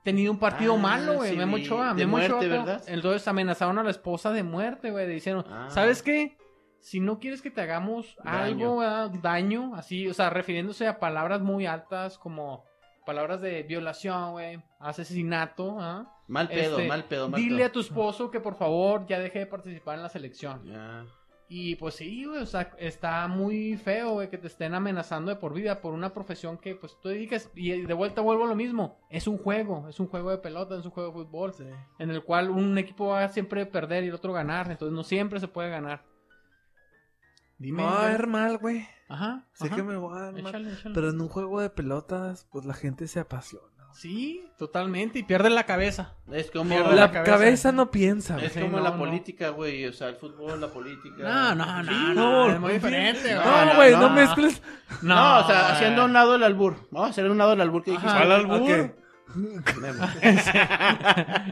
S1: tenido un partido
S2: Ah,
S1: malo, güey.
S2: sí,
S1: Memo
S2: vi.
S1: Ochoa,
S2: De
S1: Memo
S2: muerte,
S1: Ochoa,
S2: ¿verdad?
S1: Entonces amenazaron a la esposa de muerte, güey. Diciendo,
S2: Ah.
S1: ¿sabes qué? Si no quieres que te hagamos
S2: Daño.
S1: algo, ¿verdad? daño, así, o sea, refiriéndose a palabras muy altas como palabras de violación, güey, asesinato, ¿ah?
S2: Mal pedo,
S1: Este,
S2: mal pedo, mal
S1: Dile
S2: pedo.
S1: a tu esposo que por favor ya deje de participar en la selección.
S2: Ya.
S1: Y pues sí, güey, o sea, está muy feo, güey, que te estén amenazando de por vida por una profesión que, pues, tú dedicas. Y de vuelta vuelvo a lo mismo. Es un juego, es un juego de pelota, es un juego de fútbol, en el cual un equipo va a siempre perder y el otro ganar. Entonces no siempre se puede ganar. Dime.
S3: Me va a
S1: güey.
S3: ver mal, güey.
S1: Ajá.
S3: Sé
S1: ajá.
S3: que me voy a ver mal.
S1: Échale, échale.
S3: Pero en un juego de pelotas, pues la gente se apasiona.
S1: Sí, totalmente. Y pierden la cabeza.
S2: Es como
S1: Pierde
S3: La
S1: la
S2: la,
S3: cabeza,
S1: cabeza.
S3: no piensa,
S2: es
S1: Ah, Sí,
S2: como
S1: no,
S2: la
S1: no.
S2: política, güey. O sea, el fútbol, la política. Pues
S1: No, no, no,
S2: Sí,
S1: no,
S3: no,
S1: Es muy diferente, güey.
S2: No,
S3: Ah, No, güey, no,
S2: no.
S3: mezcles.
S2: No, o sea, haciendo a un lado el albur. Vamos a hacer a un lado el albur que
S1: Ajá.
S2: dijiste.
S4: ¿Cuál albur?
S3: <laughs> Ok.
S2: Memo.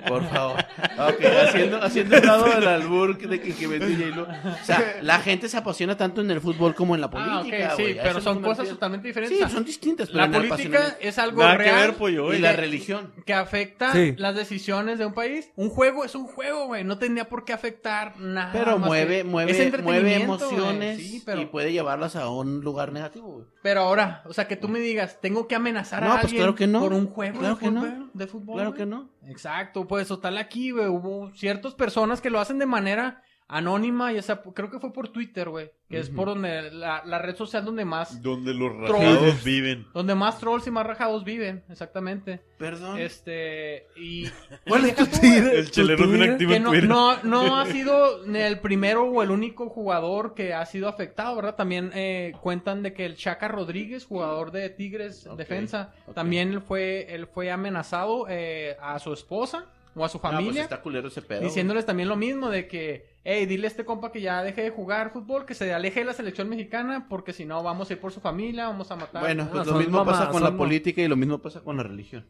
S2: Por favor. Ok, haciendo, haciendo un lado del albur que, de que, que metió J-Lo. O sea, la gente se apasiona tanto en el fútbol como en la política.
S1: Ah, ok, sí,
S2: güey. A
S1: pero
S2: eso
S1: son
S2: me
S1: cosas
S2: refiero.
S1: totalmente diferentes.
S2: Sí, son distintas, pero
S1: la
S2: en el
S1: política
S2: apasionamiento.
S1: es algo
S4: Nada
S1: real.
S4: que ver, pollo.
S2: y
S4: oye.
S2: la religión.
S1: que afecta
S3: Sí.
S1: las decisiones de un país. Un juego es un juego, güey. No tendría por qué afectar nada.
S2: Pero
S1: más
S2: mueve,
S1: que- es
S2: mueve, mueve
S1: entretenimiento, güey.
S2: emociones
S1: Sí, pero,
S2: y pues puede llevarlas a un lugar negativo, güey.
S1: pero ahora, o sea, que tú me digas, tengo que amenazar
S2: No,
S1: a
S2: pues
S1: alguien
S2: claro que no.
S1: por un juego
S2: Claro
S1: de,
S2: que no.
S1: fútbol, de fútbol,
S2: Claro
S1: güey.
S2: que no.
S1: Exacto, pues total aquí, güey, hubo ciertas personas que lo hacen de manera anónima y o sea, creo que fue por Twitter, güey, que es por donde la, la red social donde más
S4: Donde los
S1: Trolls.
S4: rajados viven.
S1: donde más trolls y más rajados viven, exactamente.
S2: Perdón. Ah,
S1: Este y
S3: ¿Cuál
S1: y <laughs>
S3: es
S1: deja
S3: tu
S1: tú, güey.
S3: tira?
S4: El
S3: ¿Tu
S4: chelero es un
S3: tira?
S4: activo
S1: que
S4: en
S1: no,
S4: Twitter.
S1: no, no ha sido ni el primero o el único jugador que ha sido afectado, ¿verdad? También eh, cuentan de que el Chaca Rodríguez, jugador de Tigres
S2: Ok,
S1: Defensa,
S2: ok.
S1: también él fue, él fue amenazado eh, a su esposa o a su
S2: Ah, pues
S1: familia,
S2: está culero ese pedo. güey.
S1: diciéndoles también lo mismo de que, hey, dile a este compa que ya deje de jugar fútbol, que se aleje de la selección mexicana, porque si no vamos a ir por su familia, vamos a matar.
S2: Bueno, pues
S3: No,
S2: lo
S3: son
S2: mismo pasa
S3: mamá-
S2: con la
S3: son-
S2: política y lo mismo pasa con la religión.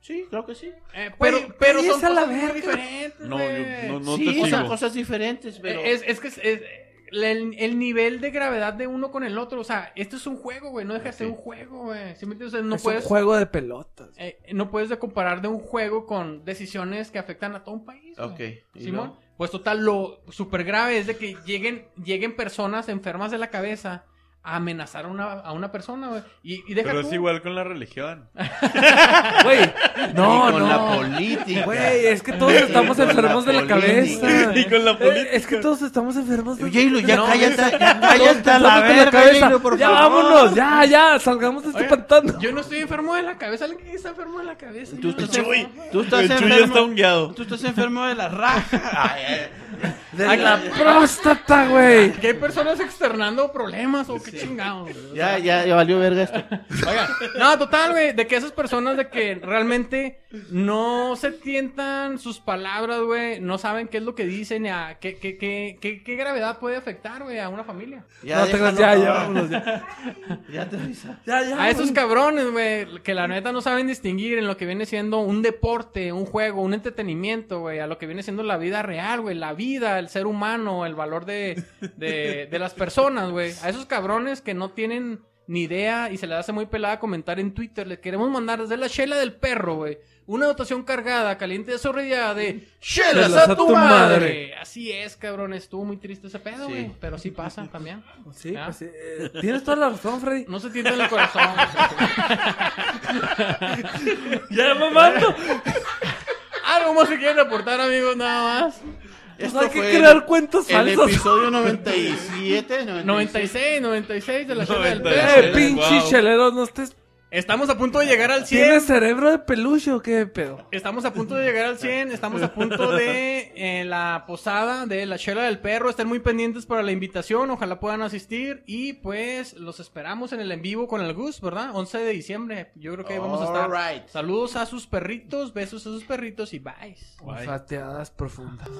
S2: Sí, claro que sí.
S1: Eh, pero, pero
S3: güey,
S1: son
S3: es a la
S1: cosas muy
S3: verga.
S1: diferentes.
S4: No,
S1: güey.
S4: yo no, no
S2: sí,
S4: te
S2: son
S4: sigo.
S2: cosas
S3: E-,
S2: diferentes, pero...
S1: E-, Es, es que es- es- el, el nivel de gravedad de uno con el otro, o sea, esto es un juego, güey, no deja de ser
S2: Sí.
S1: un juego, güey. ¿Sí me entiendes? O sea, no
S3: es
S1: puedes
S3: un juego
S2: <laughs>
S3: de pelotas.
S1: eh, no puedes de comparar de un juego con decisiones que afectan a todo un país. güey.
S2: Ok. ¿y
S1: Simón,
S2: luego?
S1: pues total lo súper grave es de que lleguen lleguen personas enfermas de la cabeza a amenazar a una, a una persona, güey. Y, y deja
S4: Pero
S1: tú-
S4: es igual con la religión.
S3: Güey, no,
S2: Y con
S3: no.
S2: la política.
S3: Güey, es que todos estamos
S2: con la
S3: enfermos de la
S2: política. <laughs>
S3: cabeza.
S4: Y con la
S3: Eh,
S4: política.
S3: Es que todos estamos enfermos de
S2: Oye, Lu, ya
S1: No,
S2: cállate, ya
S3: Todos
S2: cállate a la
S3: pensándote en
S2: verga,
S3: cabeza.
S2: Lu, por
S3: ya
S2: favor.
S3: vámonos, ya, ya, salgamos de este
S1: Oiga,
S3: pantano.
S1: Yo no estoy enfermo de la cabeza, alguien que está enfermo de la cabeza.
S2: Tú
S1: Yo no
S2: estás,
S1: sé.
S4: Chuy.
S2: tú estás
S4: el Chuy ya está
S2: enfermo.
S4: hongueado.
S2: Tú estás enfermo de la
S3: <laughs>
S2: raja. Ay, ay.
S3: De la próstata, güey.
S1: Que hay personas externando problemas o qué chingados. güey. O sea,
S2: Ya, ya, ya valió verga esto.
S1: Oiga, no, total, güey, de que esas personas de que realmente no se tientan sus palabras, güey, no saben qué es lo que dicen, y a qué, qué, qué, qué, qué gravedad puede afectar, güey, a una familia.
S2: Ya,
S3: no te creas,
S2: déjalo,
S3: ya, ya,
S2: cabrón.
S3: vámonos, ya.
S2: <laughs> Ya te avisa.
S3: Ya, ya.
S1: A esos
S3: vámonos.
S1: cabrones, güey, que la neta no saben distinguir en lo que viene siendo un deporte, un juego, un entretenimiento, güey, a lo que viene siendo la vida real, güey, la vida, el ser humano, el valor de, de, de las personas, güey. A esos cabrones que no tienen ni idea y se les hace muy pelada comentar en Twitter, les queremos mandar desde la chela del perro, güey. Una dotación cargada, caliente de zorrilla de chelas a tu madre. Así es, cabrón, estuvo muy triste ese pedo,
S2: Sí.
S1: güey, pero sí pasa también.
S3: Sí,
S1: Ah.
S3: pues sí, eh, Tienes toda la razón, Freddy.
S1: No se tiende en el corazón. güey.
S3: Ya, mamando.
S1: ¿Algo más que quieren aportar, amigos? Nada más.
S2: Esto
S3: Pues hay que
S2: fue
S3: crear cuentas
S2: el, el
S3: falsas.
S2: episodio 97, 96.
S1: 96, 96 de la chela del
S4: 96.
S1: perro.
S3: <laughs> Eh, pinche
S4: Wow.
S3: chelero, no estés.
S1: Estamos a punto de llegar al 100.
S3: ¿Tienes cerebro de peluche o qué pedo?
S1: Estamos a punto de llegar al 100, estamos a punto de eh, la posada de la chela del perro. Estén muy pendientes para la invitación, ojalá puedan asistir. Y pues los esperamos en el en vivo con el Gus, ¿verdad? 11 de diciembre, yo creo que ahí vamos a estar.
S2: Alright.
S1: Saludos a sus perritos, besos a sus perritos y bye.
S4: Bye.
S3: Fateadas profundas.